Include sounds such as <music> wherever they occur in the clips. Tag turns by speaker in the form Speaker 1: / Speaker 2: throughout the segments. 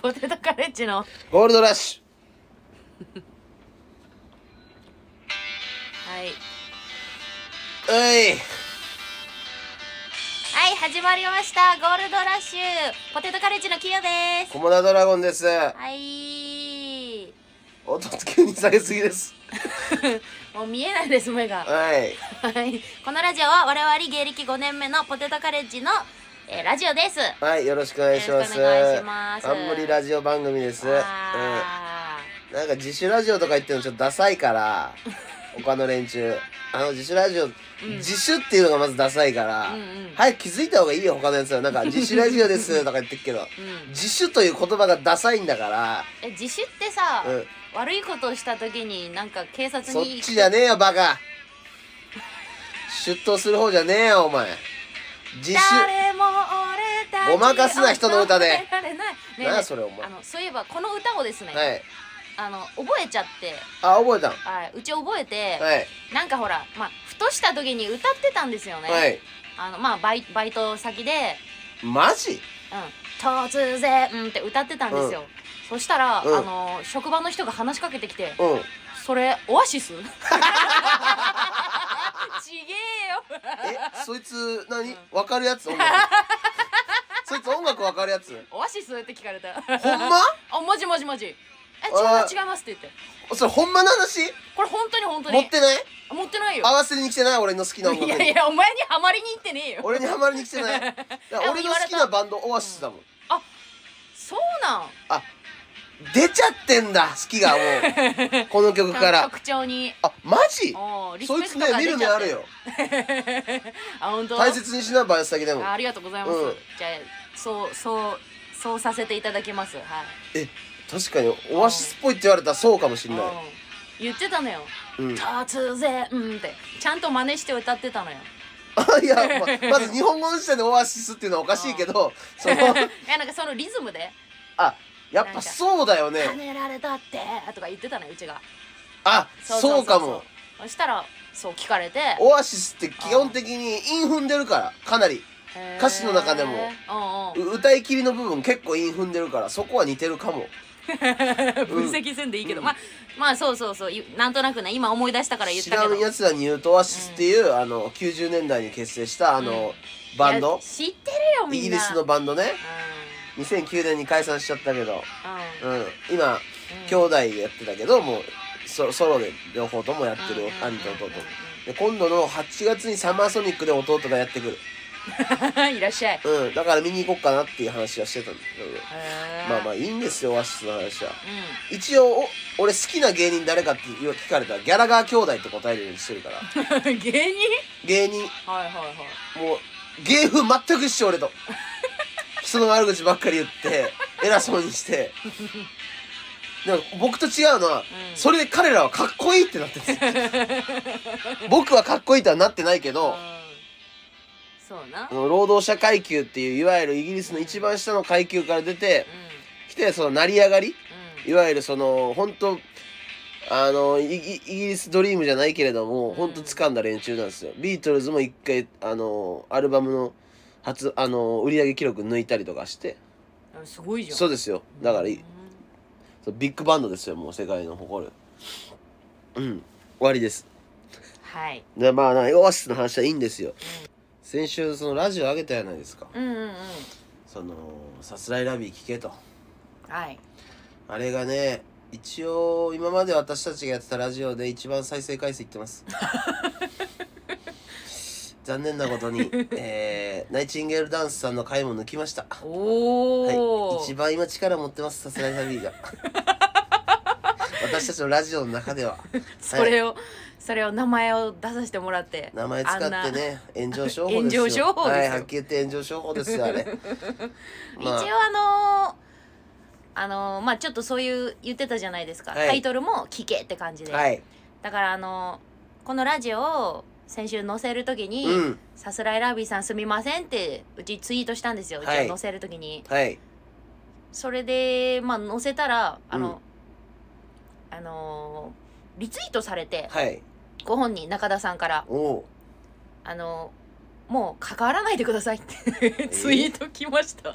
Speaker 1: ポテトカレッジの。
Speaker 2: ゴールドラッシ
Speaker 1: はい。
Speaker 2: ュうい
Speaker 1: はい、始まりました。ゴールドラッシュ。ポテトカレッジのキヨです。
Speaker 2: コモダドラゴンです
Speaker 1: はい。
Speaker 2: 音つけに下げすぎです
Speaker 1: もう見えないです、目が。
Speaker 2: はい
Speaker 1: はい。このラジオは我々芸歴5年目のポテトカレッジの、えーラジオです。
Speaker 2: はいよろしくお願いします
Speaker 1: よろしくお願いします
Speaker 2: 冠ラジオ番組ですうんな
Speaker 1: あ
Speaker 2: んか自主ラジオとか言ってるのちょっとダサいから
Speaker 1: <laughs>
Speaker 2: 他の連中あの自主ラジオ、自主っていうのがまずダサいから、
Speaker 1: うんうん
Speaker 2: 早く気づいた方がいいよ他のやつはなんか自主ラジオですとか言ってるけど、
Speaker 1: うん
Speaker 2: 自主という言葉がダサいんだから
Speaker 1: ーえ自首ってさ、
Speaker 2: うん
Speaker 1: 悪いことをした時になんか警察
Speaker 2: そっ
Speaker 1: に
Speaker 2: ちじゃねえよバカ出頭する方じゃねえよお前自主
Speaker 1: 誰も俺たち
Speaker 2: ごまかすな人の歌で
Speaker 1: を止められないねえねえ
Speaker 2: なんやそれお前
Speaker 1: あのそういえばこの歌をですね、
Speaker 2: はい
Speaker 1: あの覚えちゃって
Speaker 2: あ覚えたん
Speaker 1: あうち覚えて、
Speaker 2: はい
Speaker 1: なんかほらまあふとした時に歌ってたんですよね、
Speaker 2: はい
Speaker 1: あのまあバイバイト先で
Speaker 2: マジ
Speaker 1: 「うん、突然」って歌ってたんですよ、そしたら、
Speaker 2: うん
Speaker 1: あの職場の人が話しかけてきて
Speaker 2: うん
Speaker 1: 「それオアシス? 」 <laughs> ちげえよ
Speaker 2: えそいつ何
Speaker 1: うん
Speaker 2: わかる
Speaker 1: <laughs>
Speaker 2: やつ音楽そいつ音楽わかるやつ
Speaker 1: オアシスって聞かれた
Speaker 2: ほんま
Speaker 1: <laughs> あマジマジマジえ違
Speaker 2: あ
Speaker 1: う
Speaker 2: ー
Speaker 1: 違いますって言って
Speaker 2: それほんまの話
Speaker 1: これ本当に本当に
Speaker 2: 持ってない
Speaker 1: 持ってないよ
Speaker 2: 合わせに来てない俺の好きな音
Speaker 1: い
Speaker 2: 楽
Speaker 1: やい
Speaker 2: に
Speaker 1: やお前にハマりに行ってねえよ
Speaker 2: 俺にハマりに来
Speaker 1: <laughs>
Speaker 2: てないいや
Speaker 1: も
Speaker 2: 俺の好きなバンドオアシスだもん
Speaker 1: そうなん
Speaker 2: あ出ちゃってんだ好きがも
Speaker 1: <laughs>
Speaker 2: うこの曲から
Speaker 1: 特徴に
Speaker 2: あマジ
Speaker 1: おーリス
Speaker 2: そい
Speaker 1: ペク
Speaker 2: つ
Speaker 1: ト
Speaker 2: ね
Speaker 1: が
Speaker 2: 見る
Speaker 1: 出ち
Speaker 2: 目
Speaker 1: ゃ
Speaker 2: あ
Speaker 1: って
Speaker 2: るよ
Speaker 1: <laughs> あ本当
Speaker 2: 大切にしなバイト先でも
Speaker 1: あありがとうございます、
Speaker 2: うん
Speaker 1: じゃあそうそうそうさせていただきますはい
Speaker 2: え確かにオアシスっぽいって言われたらそうかもしんない
Speaker 1: うん言ってたのよ
Speaker 2: うん <laughs>
Speaker 1: 突然うんってちゃんと真似して歌ってたのよ
Speaker 2: あいやままず日本語の時点でオアシスっていうのはおかしいけどその
Speaker 1: <laughs> いやなんかそのリズムで
Speaker 2: あやっぱそうだ
Speaker 1: 「
Speaker 2: よ
Speaker 1: 跳
Speaker 2: ね
Speaker 1: ねられたって」とか言ってたのようちが
Speaker 2: あそうかも
Speaker 1: そしたらそう聞かれて
Speaker 2: オアシスって基本的に韻踏んでるからかなり
Speaker 1: へー
Speaker 2: 歌詞の中でも
Speaker 1: うん
Speaker 2: う歌い切りの部分結構韻踏んでるからそこは似てるかも
Speaker 1: うん <laughs> 分析せんでいいけど、
Speaker 2: うん
Speaker 1: まあまあそうそうそういなんとなくね今思い出したから言っ
Speaker 2: 知
Speaker 1: たけ
Speaker 2: ら
Speaker 1: ど
Speaker 2: んやつらに言うとオアシスっていう、あの90年代に結成したあの、バン
Speaker 1: いや
Speaker 2: ド
Speaker 1: 知ってるよみんな
Speaker 2: イギリスのバンドね2009年に解散しちゃったけど、
Speaker 1: う
Speaker 2: うん、今兄
Speaker 1: んうん
Speaker 2: 弟でやってたけどもうソソロで両方ともやってる
Speaker 1: うん
Speaker 2: 兄と弟
Speaker 1: う
Speaker 2: で今度の8月にサマーソニックで弟がやってくる、
Speaker 1: んうん <laughs> いらっしゃい
Speaker 2: うん、だから見に行こうかなっていう話はしてたんだけどまあま
Speaker 1: あ
Speaker 2: あいいんですよオアシスの話は一応お俺好きな芸人誰かって言う聞かれたらギャラガー兄弟って答えるようにしてるから
Speaker 1: うん <laughs> 芸人
Speaker 2: 芸人
Speaker 1: はいはいはい
Speaker 2: もう芸風全く一緒俺と人の悪口ばっかり言って偉そうにしてでも僕と違うのは、
Speaker 1: うん
Speaker 2: それで彼らはかっこいいってなってる僕はかっこいいとはなってないけ
Speaker 1: う
Speaker 2: ど、
Speaker 1: んそうな
Speaker 2: あの労働者階級っていういわゆるイギリスの一番下の階級から出て
Speaker 1: う
Speaker 2: きてその成り上がり
Speaker 1: ん
Speaker 2: いわゆるその本当あのイギイギリスドリームじゃないけれども本当掴んだ連中なんですよ、ビートルズも一回あのアルバムの初あの売り上げ記録抜いたりとかして
Speaker 1: うんすごいじゃん
Speaker 2: そうですよだからい
Speaker 1: うん
Speaker 2: そうビッグバンドですよもう世界の誇るうん終わりです
Speaker 1: はい
Speaker 2: でまあなオアシスの話はいいんですよ、先週そのラジオ上げたじゃないですか
Speaker 1: うんうんうん
Speaker 2: そのさすらいラビー聞けと
Speaker 1: はい
Speaker 2: あれがね一応今まで私たちがやってたラジオで一番再生回数いって
Speaker 1: <laughs>
Speaker 2: ます残念なことに、えー、ナイチンゲールダンスさんの回も抜きましたは
Speaker 1: おお
Speaker 2: い一番今力持ってますさすがにビー
Speaker 1: <laughs>
Speaker 2: が私たちのラジオの中では
Speaker 1: それを、それを名前を出させてもらって
Speaker 2: 名前使ってね炎上商法ですよ
Speaker 1: 炎上商法ですよ
Speaker 2: はいはっきり言って炎上商法ですよ
Speaker 1: <laughs>
Speaker 2: あれ
Speaker 1: あんな
Speaker 2: まあ
Speaker 1: 一応あのーあのーまあちょっとそういう言ってたじゃないですか、
Speaker 2: はい
Speaker 1: タイトルも「聞け」って感じで、
Speaker 2: はい
Speaker 1: だからあのーこのラジオを先週載せる時に
Speaker 2: うん
Speaker 1: 「さすらいラビーさんすみません」ってうちツイートしたんですよ、
Speaker 2: はい
Speaker 1: 一応載せる時に
Speaker 2: はい
Speaker 1: それでまあ載せたらあ
Speaker 2: うん
Speaker 1: の、あのーリツイートされて
Speaker 2: はい
Speaker 1: ご本人中田さんから
Speaker 2: おお
Speaker 1: あのもう関わらないでくださいってツイート来ました、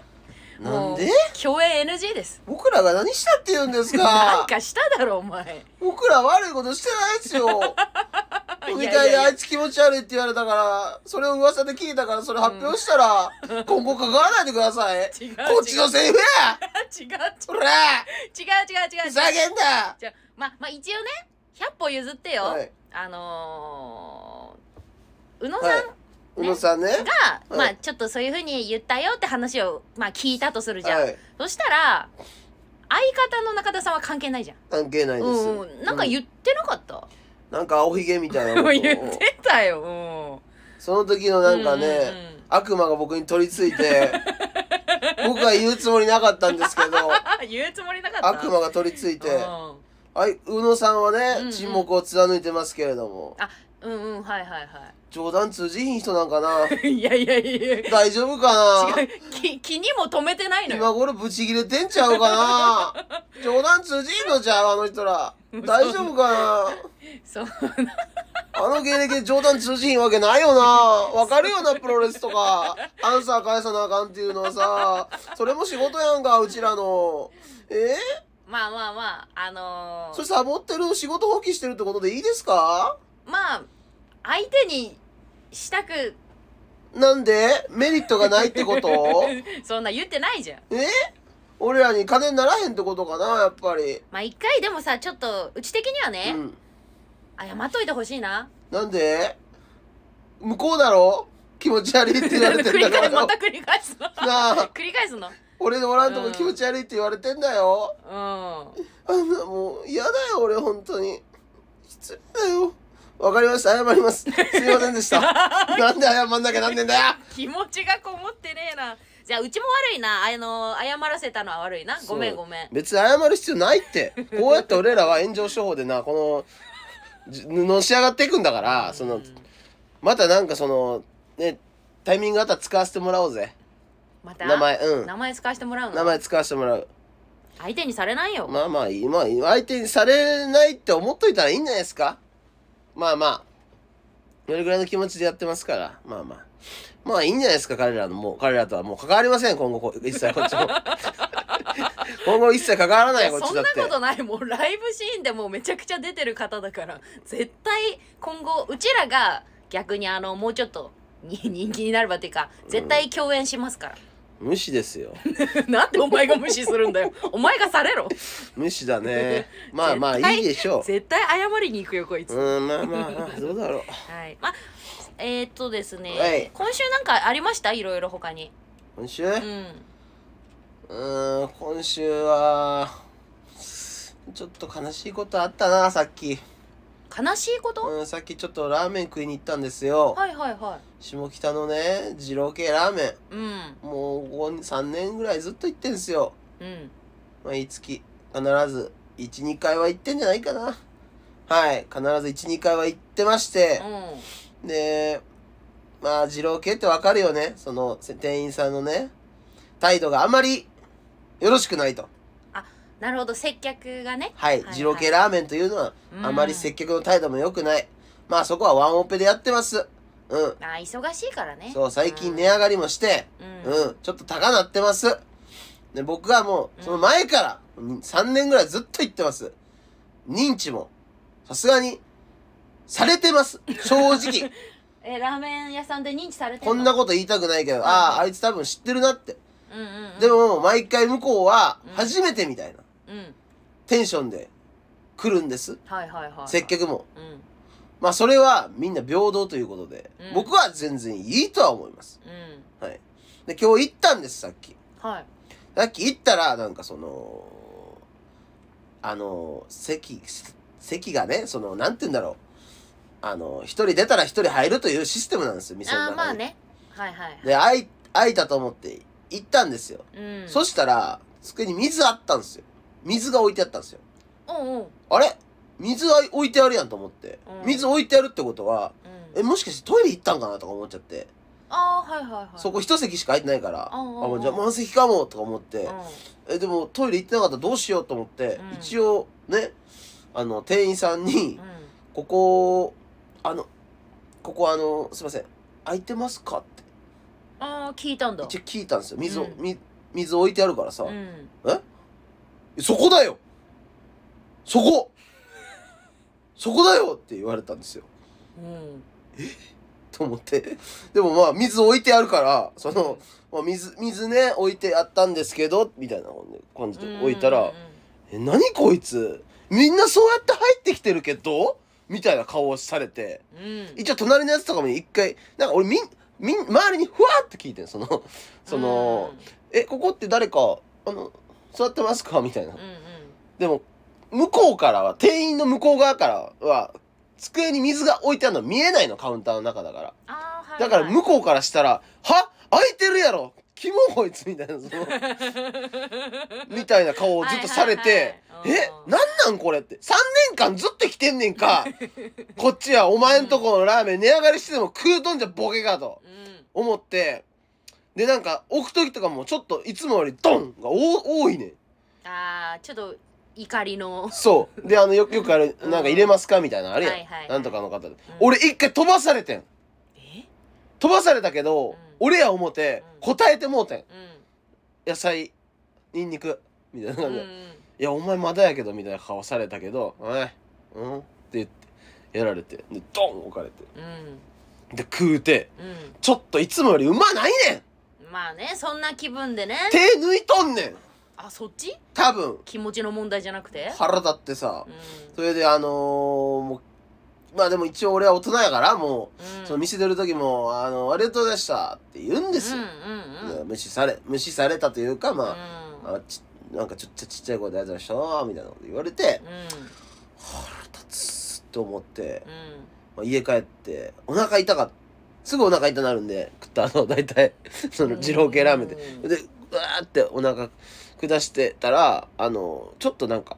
Speaker 2: なんで
Speaker 1: もう共演 NG です
Speaker 2: 僕らが何したって言うんです
Speaker 1: なん
Speaker 2: か
Speaker 1: かしただろお前
Speaker 2: 僕ら悪いことしてないです
Speaker 1: <laughs>
Speaker 2: よ飲み会であいつ気持ち悪いって言われたからそれを噂で聞いたからそれ発表したら、今後関わらないでください
Speaker 1: <laughs> 違う
Speaker 2: こっちのセリフや
Speaker 1: 違う違う
Speaker 2: それ
Speaker 1: 違う違う違う
Speaker 2: ふざけんな
Speaker 1: じゃあまあまあ一応ね100歩譲ってよ、
Speaker 2: はい
Speaker 1: あのー、宇野さん
Speaker 2: はい宇野さんね
Speaker 1: が、
Speaker 2: はい
Speaker 1: まあちょっとそういうふうに言ったよって話を、まあ、聞いたとするじゃん、
Speaker 2: はい
Speaker 1: そしたら相方の中田さんは関係ないじゃん
Speaker 2: 関係ないです、
Speaker 1: うん、なんか
Speaker 2: う
Speaker 1: 言ってなかった、
Speaker 2: なんか青ひげみたいな
Speaker 1: も
Speaker 2: こ
Speaker 1: う <laughs>
Speaker 2: と
Speaker 1: 言
Speaker 2: を
Speaker 1: ってたよ、
Speaker 2: その時の
Speaker 1: う
Speaker 2: なんかね、
Speaker 1: うんうんうん
Speaker 2: 悪魔が僕に取り付い
Speaker 1: <laughs>
Speaker 2: て僕は言うつもりなかったんですけど
Speaker 1: あ言うつもりなかった
Speaker 2: 悪魔が取り付いて
Speaker 1: うん
Speaker 2: はい宇野さん
Speaker 1: う
Speaker 2: は
Speaker 1: んう
Speaker 2: ね
Speaker 1: ん
Speaker 2: 沈黙を貫いてますけれども
Speaker 1: うんうんはいはいは
Speaker 2: 冗談通じひん人なんか
Speaker 1: <laughs>
Speaker 2: ない
Speaker 1: いやいやいや違う
Speaker 2: 大丈夫かな
Speaker 1: 気気にも止めてないの
Speaker 2: 今
Speaker 1: よ
Speaker 2: 頃ブチ切れてんちゃうか
Speaker 1: <laughs>
Speaker 2: な冗談通じんのじゃああの人ら大丈夫かな
Speaker 1: そう
Speaker 2: あの芸歴で冗談通じひんわけないよな。わかるよな、プロレスとか。アンサー返さなあかんっていうのはさ、それも仕事やんか、うちらの。え
Speaker 1: まあまあまああのー、
Speaker 2: それサボってる仕事放棄してるってことでいいですか
Speaker 1: まあ相手にしたく
Speaker 2: なんでメリットがないってこと
Speaker 1: <laughs> そんな言ってないじゃん
Speaker 2: え俺らに金にならへんってことかな、やっぱり。
Speaker 1: まあ一回でもさちょっとうち的にはね、
Speaker 2: うん。
Speaker 1: 謝っといてほしいな
Speaker 2: なんで向こうだろ気持ち悪いって言われて
Speaker 1: 繰
Speaker 2: んだ
Speaker 1: <laughs> り
Speaker 2: か
Speaker 1: 返
Speaker 2: ら
Speaker 1: ま
Speaker 2: よ。
Speaker 1: た繰り返すの
Speaker 2: <laughs> なあ
Speaker 1: 繰り返すの
Speaker 2: 俺のおらんとこ気持ち悪いって言われてんだよ。
Speaker 1: うん
Speaker 2: あんなもう嫌だよ俺本当に失礼だよわかりました謝りますすいませんでし
Speaker 1: <laughs>
Speaker 2: たなんで謝んなきゃなんねんだよ
Speaker 1: 気持ちがこもってねえなじゃあうちも悪いなあの謝らせたのは悪いなごめんごめん
Speaker 2: 別に謝る必要ない
Speaker 1: <laughs>
Speaker 2: ってこうやって俺らは炎上処方でなこのじのし上がっていくんだからそのまたなんかそのねタイミングあったら使わせてもらおうぜ
Speaker 1: また
Speaker 2: 名前うん
Speaker 1: 名前使わせてもらうの
Speaker 2: 名前使わせてもらう
Speaker 1: 相手にされないよ、
Speaker 2: まあまあいいまあいい相手にされないって思っといたらいいんじゃないですかまあまあどれぐらいの気持ちでやってますからまあまあまあいいんじゃないですか彼らのもう彼らとはもう関わりません今後こ一切こっ
Speaker 1: <laughs>
Speaker 2: ちも今後一切関わらない
Speaker 1: い
Speaker 2: こ
Speaker 1: や
Speaker 2: っ
Speaker 1: そ
Speaker 2: ち
Speaker 1: ん
Speaker 2: だっ
Speaker 1: な
Speaker 2: て
Speaker 1: ことないもうライブシーンでもうめちゃくちゃ出てる方だから絶対今後うちらが逆にあのもうちょっとに人気になればっていうか絶対共演しますから、
Speaker 2: 無視で
Speaker 1: <laughs>
Speaker 2: すよ
Speaker 1: なんでお前が無視するん
Speaker 2: <laughs>
Speaker 1: だよお前がされろ
Speaker 2: 無視だねまあまあ
Speaker 1: 絶対
Speaker 2: いいでしょ
Speaker 1: 絶対謝りに行くよこいうつ、
Speaker 2: うんまあまあまあどうだろう
Speaker 1: はいまあえー、っとですね、
Speaker 2: はい
Speaker 1: 今週なんかありましたいろいろ他に
Speaker 2: 今週
Speaker 1: うん
Speaker 2: うん今週はちょっと悲しいことあったなさっき
Speaker 1: 悲しいこと、
Speaker 2: うん、さっきちょっとラーメン食いに行ったんですよ。
Speaker 1: はいはいは
Speaker 2: 下北のね、二郎系ラーメ
Speaker 1: いうん
Speaker 2: ン。もうここ3年ぐらいずっと行ってんすよ。
Speaker 1: うん
Speaker 2: 毎月。必ず、1、2回は行ってんじゃないかな。はい。必ず1、2回は行ってまして
Speaker 1: う。ん
Speaker 2: で、まあ、二郎系ってわかるよね。その、せ店員さんのね、態度があまり、よろしくないと。
Speaker 1: なるほど接客がね
Speaker 2: はい。
Speaker 1: はい
Speaker 2: 二郎系ラーメンというのは、
Speaker 1: うん
Speaker 2: あまり接客の態度も良くない。まあ、そこはワンオペでやってます。うん。
Speaker 1: あ忙しいからね
Speaker 2: そう、最近値上がりもして、
Speaker 1: うん、うん
Speaker 2: うん、ちょっと高なってます。で、僕はも
Speaker 1: う
Speaker 2: う、
Speaker 1: ん
Speaker 2: その前から、3年ぐらいずっと言ってます。認知も、さすがに、されてます。正 <laughs> 直。
Speaker 1: えラーメン屋さんで認知されて
Speaker 2: こんなこと言いたくないけど、ああ、あいつ多分知ってるなって。
Speaker 1: と、うんうんうん、
Speaker 2: でも、毎回向こうは
Speaker 1: うん、
Speaker 2: 初めてみたいな、
Speaker 1: うん
Speaker 2: テンションで来るんです。
Speaker 1: はいはいはいはい
Speaker 2: 接客も。
Speaker 1: うん
Speaker 2: まあ、それはみんな平等ということで
Speaker 1: うん、
Speaker 2: 僕は全然いいとは思います。
Speaker 1: うん
Speaker 2: はい。で、今日行ったんです、さっき。
Speaker 1: はい
Speaker 2: さっき行ったら、なんかその、あの、席、席がね、その、なんて言うんだろう。あの、一人出たら一人入るというシステムなんですよ、店の
Speaker 1: あ
Speaker 2: 中
Speaker 1: あ
Speaker 2: に。
Speaker 1: まあねはいはい
Speaker 2: で、空い、空いたと思って行ったんですよ。
Speaker 1: うん
Speaker 2: そしたら、机に水あったんですよ。水が置いてあったんですよ。
Speaker 1: うんうんうん
Speaker 2: あれ水は置いてあるやんと思って
Speaker 1: うん。
Speaker 2: 水置いてあるってことは、え、もしかしてトイレ行ったんかなとか思っちゃって。
Speaker 1: ああはいはいはい
Speaker 2: そこ一席しか空いてないから、あ、
Speaker 1: うんうんうん
Speaker 2: もうじゃあ満席かもとか思って。
Speaker 1: う
Speaker 2: えでもトイレ行ってなかったらどうしようと思って、
Speaker 1: うん
Speaker 2: 一応ねあの店員さんに
Speaker 1: んうん
Speaker 2: 「ここあのここあのすいません空いてますか?」って
Speaker 1: ああ聞いたんだ
Speaker 2: 一応聞いたんですよ水を、
Speaker 1: うん
Speaker 2: み水置いてあるからさ、
Speaker 1: うん
Speaker 2: そこだよそこそこだよって言われたんですよ。
Speaker 1: うん
Speaker 2: と思って。 <laughs> でもまあ、水置いてあるから、その、まあ、水、水ね、置いてあったんですけど、みたいな感じで置いたら、え、何こいつみんなそうやって入ってきてるけどみたいな顔をされて。
Speaker 1: うんうんうん
Speaker 2: 一応隣のやつとかも一回、なんか俺みん、みん、周りにふわって聞いてん、その、その、え、ここって誰か、あの、座ってますかみたいな
Speaker 1: うん。うん
Speaker 2: でも、向こうからは、店員の向こう側からは、机に水が置いてあるの見えないの、カウンターの中だから。
Speaker 1: あーはい
Speaker 2: だから
Speaker 1: はい
Speaker 2: 向こうからしたら、は開いてるやろキモこいつみたいな、そ
Speaker 1: <laughs>
Speaker 2: の、みたいな顔をずっとされて、
Speaker 1: はいはいはい
Speaker 2: え、なんなんこれって。3年間ずっと来てんねんか。こっちはお前んとこのラーメン値上がりしてても食うとんじゃボケか
Speaker 1: <laughs>
Speaker 2: と
Speaker 1: うん
Speaker 2: 思って。で、なんか置く時とかもちょっといつもよりドンが多多いねん。
Speaker 1: あーちょっと怒りの
Speaker 2: そう。で、あの、よくよくあれ、
Speaker 1: うん
Speaker 2: なんか入れますかみたいなのあるやん。
Speaker 1: はいはいはい
Speaker 2: なんとかの方で。
Speaker 1: うん
Speaker 2: 俺一回飛ばされてん。
Speaker 1: え
Speaker 2: 飛ばされたけど、
Speaker 1: うん
Speaker 2: 俺や思て
Speaker 1: うん
Speaker 2: 答えてもうてん。
Speaker 1: う
Speaker 2: 野菜、ニンニク、みたいな感
Speaker 1: ん
Speaker 2: じ
Speaker 1: う
Speaker 2: で。
Speaker 1: ん
Speaker 2: いや、お前まだやけど、みたいな顔されたけど、おい、うんって言って、やられて、で、ドン置かれて。
Speaker 1: うん
Speaker 2: で、食うて、
Speaker 1: うん
Speaker 2: ちょっといつもよりうまないねん
Speaker 1: まあねそんな気分でね
Speaker 2: 手抜いとんねん
Speaker 1: あそっち
Speaker 2: 多分
Speaker 1: 気持ちの問題じゃなくて
Speaker 2: 腹立ってさ
Speaker 1: う。ん
Speaker 2: それで、あのー、もう、まあでも一応俺は大人やから、も
Speaker 1: う
Speaker 2: う、
Speaker 1: ん
Speaker 2: その店出る時も、あの、ありがとうございましたって言うんですよ。
Speaker 1: うんうんうん
Speaker 2: で無視され、無視されたというか、ま
Speaker 1: うん
Speaker 2: あ、あちなんかちょっとちっちゃい声でありがとうございましたみたいなこと言われて、
Speaker 1: う
Speaker 2: 腹立つと思って、
Speaker 1: んうん
Speaker 2: まあ、家帰ってお腹痛かったすぐお腹痛なるんで食った後 <laughs> 大体その二郎系ラーメンで、
Speaker 1: うん
Speaker 2: でうわーってお腹下してたらあのちょっとなんか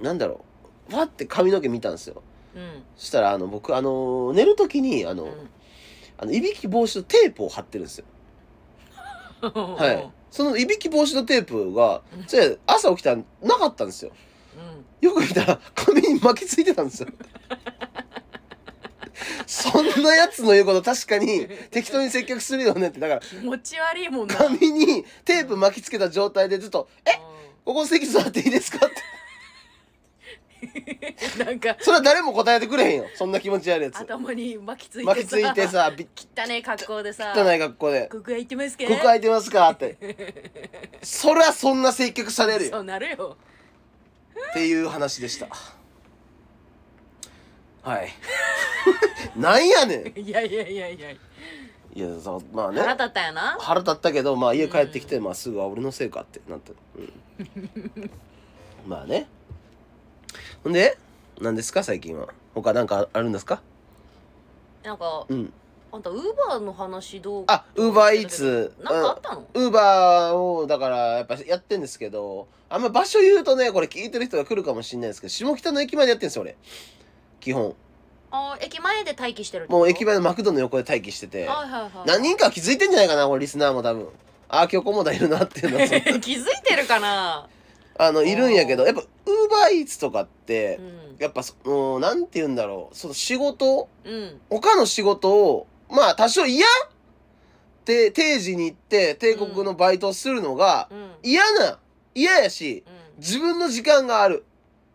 Speaker 2: なんだろうわって髪の毛見たんですよ
Speaker 1: うん
Speaker 2: そしたらあの僕あの寝る時にあの、あのいびき防止のテープを貼ってるんですよ
Speaker 1: うん
Speaker 2: はいそのいびき防止のテープが
Speaker 1: うん
Speaker 2: それ朝起きたらなかったんですよ
Speaker 1: うん
Speaker 2: よく見たら髪に巻きついてたんですよ。そんなやつの言うこと確かに適当に接客するよねってだから
Speaker 1: 気持ち悪いもんな
Speaker 2: 髪にテープ巻きつけた状態でずっと「えここ席座っていいですか?」って
Speaker 1: うんなんか
Speaker 2: それは誰も答えてくれへんよそんな気持ち悪いやつ
Speaker 1: 頭に巻きついて
Speaker 2: 巻きついてさびっ
Speaker 1: 汚ねえ格好でさ
Speaker 2: 汚い格好で
Speaker 1: ここへ行ってます
Speaker 2: 「
Speaker 1: け
Speaker 2: ここ空いてますか?」ってそりゃそんな接客される
Speaker 1: そ
Speaker 2: よ
Speaker 1: うなるよ
Speaker 2: っていう話でしたはい <laughs> なんやねん
Speaker 1: いやいやいやいや
Speaker 2: いやそうまあね
Speaker 1: 腹立ったよな
Speaker 2: 腹立ったけどまあ家帰ってきて、まあすぐは俺のせいかってなった、
Speaker 1: <laughs>
Speaker 2: うん、まあねほんで何ですか最近は他なんかあるんですか
Speaker 1: なんか
Speaker 2: うん
Speaker 1: あんたウーバーの話どう
Speaker 2: あウーバーイーツ
Speaker 1: なんかあったの
Speaker 2: ウーバーをだからやっぱやってんですけどあんま場所言うとねこれ聞いてる人が来るかもしれないですけど下北の駅前でやってんですよ俺基本
Speaker 1: あ駅前で待機してるってこと
Speaker 2: もう駅前のマクドの横で待機してて
Speaker 1: はいはいはい
Speaker 2: 何人かは気づいてんじゃないかなこれリスナーも多分ああ今日コモダいるなっていうの
Speaker 1: <laughs>
Speaker 2: は
Speaker 1: 気づいてるかな
Speaker 2: あのいるんやけどやっぱウーバーイーツとかって、
Speaker 1: うん
Speaker 2: やっぱそのなんて言うんだろうその仕事
Speaker 1: うん
Speaker 2: 他の仕事をまあ多少嫌って定時に行って帝国のバイトをするのが
Speaker 1: うんうん
Speaker 2: 嫌な嫌やし自分の時間がある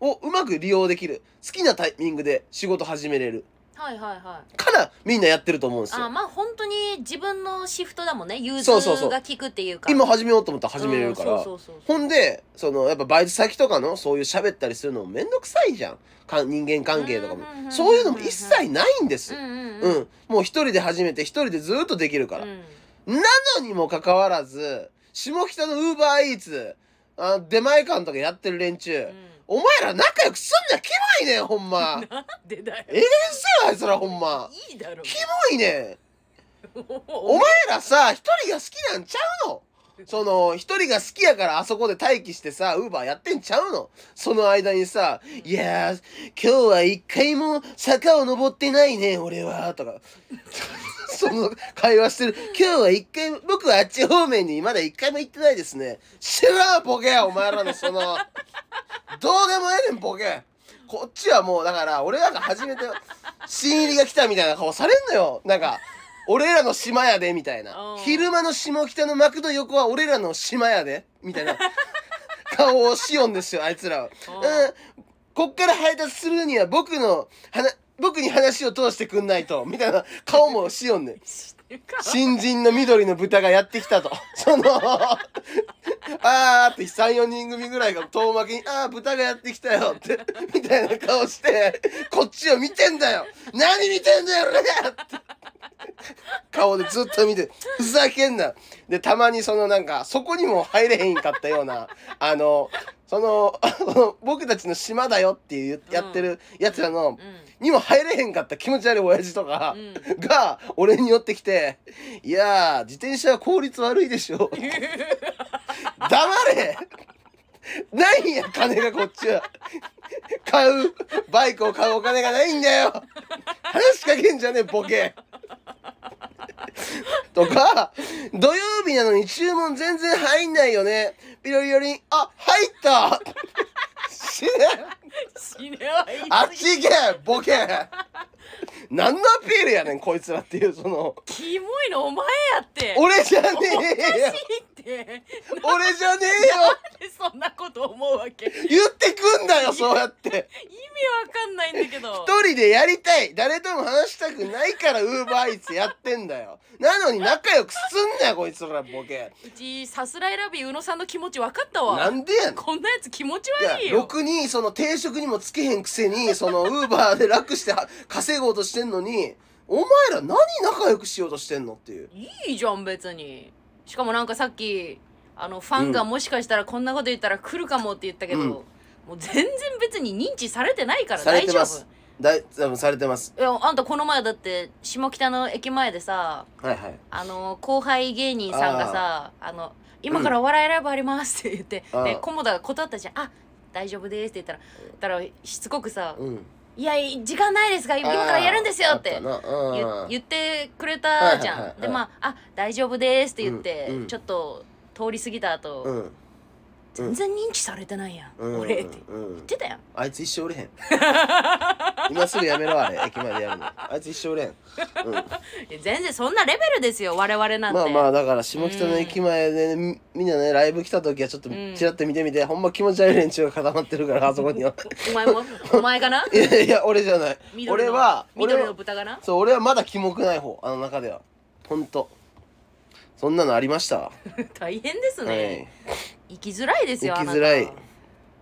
Speaker 2: をうまく利用できる好きなタイミングで仕事始めれる
Speaker 1: はいはいはい
Speaker 2: からみんなやってると思うんです
Speaker 1: あ
Speaker 2: よ
Speaker 1: まあ本当に自分のシフトだもんね融通
Speaker 2: そうそうそう
Speaker 1: が効くっていうか
Speaker 2: 今始めようと思ったら始めれるから、
Speaker 1: うんそうそうそう
Speaker 2: ほんでそのやっぱバイト先とかのそういう喋ったりするのもめんどくさいじゃんか人間関係とかも
Speaker 1: うんうんうんうん
Speaker 2: そういうのも一切ないんです
Speaker 1: そううんうん
Speaker 2: うん、もう一人で始めて一人でずっとできるから、
Speaker 1: うん
Speaker 2: なのにもかかわらず下北のウーバーイーツあ出前館とかやってる連中、お前ら仲良くすんなキモいねんほ
Speaker 1: <laughs>
Speaker 2: んま
Speaker 1: なんでだよ
Speaker 2: ええせよあいつらほんま
Speaker 1: いいだろ
Speaker 2: キモいねんお
Speaker 1: お
Speaker 2: 前らさ一人が好きなんちゃうのその一人が好きやからあそこで待機してさウーバーやってんちゃうのその間にさ「いやー今日は一回も坂を登ってないね俺は」とか <laughs> その会話してる「今日は一回も僕はあっち方面にまだ一回も行ってないですね」「知らんボケお前らのそのどうでもええねんボケ」
Speaker 1: <laughs>
Speaker 2: こっちはもうだから俺なんか初めて新入りが来たみたいな顔されんのよなんか俺らの島やでみたいな
Speaker 1: うん
Speaker 2: 昼間の下北の幕の横は俺らの島やでみたいな
Speaker 1: <laughs>
Speaker 2: 顔をしよんですよあいつらは。
Speaker 1: うん
Speaker 2: うんこっから配達するには僕のはな僕に話を通してくんないとみたいな顔もしよんね
Speaker 1: 知
Speaker 2: ん。
Speaker 1: ってるか
Speaker 2: 新人の緑の豚がやってきたと。 <laughs> その、あーって3、4人組ぐらいが遠巻きに、あー豚がやってきたよって、 <laughs> みたいな顔して、こっちを見てんだよ何見てんだよ俺って。顔でずっと見て、ふざけんな。で、たまにそのなんか、そこにも入れへんかったような、あの、その、 <laughs> その僕たちの島だよっていう、やってるやつらの、にも入れへんかった気持ち悪い親父とか
Speaker 1: う
Speaker 2: が俺に寄ってきて「いやー自転車は効率悪いでしょ」「黙れ!」ないんや金がこっちは買うバイクを買うお金がないんだよ話しかけんじゃねえボケとか土曜日なのに注文全然入んないよねピロリロリンあ入った死ね
Speaker 1: 死ねはい
Speaker 2: あっ
Speaker 1: つ
Speaker 2: ち行けボケ何のアピールやねんこいつらっていうその
Speaker 1: キモいのお前やって
Speaker 2: 俺じゃね
Speaker 1: おかし
Speaker 2: えよ
Speaker 1: いって
Speaker 2: 俺じゃ
Speaker 1: な
Speaker 2: ね
Speaker 1: んでそんなこと思うわけ意味
Speaker 2: えよ言ってくんだよそうやって
Speaker 1: わかんないんだけど
Speaker 2: 一人でやりたい誰とも話したくないからウーバーイーツやってんだよなのに仲良くすんなよこいつらボケ
Speaker 1: うちさすらいラビ宇野さんの気持ち分かったわ
Speaker 2: なんでやねん
Speaker 1: こんなやつ気持ち
Speaker 2: いや
Speaker 1: 悪いよ
Speaker 2: ろくにその定職にもつけへんくせにそのウーバーで楽しては稼ごうとしてんのにお前ら何仲良くしようとしてんのっていう
Speaker 1: いいじゃん別にしかもなんかさっきあのファンがもしかしたらこんなこと言ったら来るかもって言ったけど、
Speaker 2: うん
Speaker 1: もう全然別に認知されてないから
Speaker 2: され
Speaker 1: 大
Speaker 2: て
Speaker 1: 丈
Speaker 2: ます
Speaker 1: 夫
Speaker 2: だい多分されてます
Speaker 1: いやあんたこの前だって下北の駅前でさ
Speaker 2: はいはい
Speaker 1: あの後輩芸人さんがさ「あの今からお笑いライブあります」って言って、
Speaker 2: ああ
Speaker 1: で菰田が断ったじゃん「あ大丈夫です」って言ったらだからしつこくさ「
Speaker 2: うん
Speaker 1: いや時間ないですが今からやるんですよ」って
Speaker 2: あったなうん
Speaker 1: 言言ってくれたじゃん、
Speaker 2: はいはいはいはい
Speaker 1: でまあ「あ大丈夫です」って言って、
Speaker 2: うんうん
Speaker 1: ちょっと通り過ぎた後、
Speaker 2: うん
Speaker 1: 全然認知されてないやん、
Speaker 2: うん
Speaker 1: 俺って
Speaker 2: うんうん
Speaker 1: 言ってたやん
Speaker 2: あいつ一生売れへ
Speaker 1: <laughs>
Speaker 2: ん今すぐやめろあれ駅までやるのあいつ一生売れへん、うん、
Speaker 1: いや全然そんなレベルですよ我々なんて、
Speaker 2: まあまあだから下北の駅前で、ねみみんなねライブ来た時はちょっと
Speaker 1: ん
Speaker 2: チラッと見てみて、ほんま気持ち悪い連中が固まって
Speaker 1: <laughs>
Speaker 2: るからあそこには
Speaker 1: お前もお前かない
Speaker 2: や <laughs> いや俺じゃない
Speaker 1: 緑
Speaker 2: 俺
Speaker 1: の
Speaker 2: は俺
Speaker 1: 緑の
Speaker 2: は
Speaker 1: 豚かな <laughs>
Speaker 2: そう俺はまだキモくない方あの中ではほんとそんなのありました、
Speaker 1: 大変です
Speaker 2: は
Speaker 1: ね
Speaker 2: い、
Speaker 1: 生きづらいですよ
Speaker 2: 生きづら
Speaker 1: あ
Speaker 2: い
Speaker 1: なた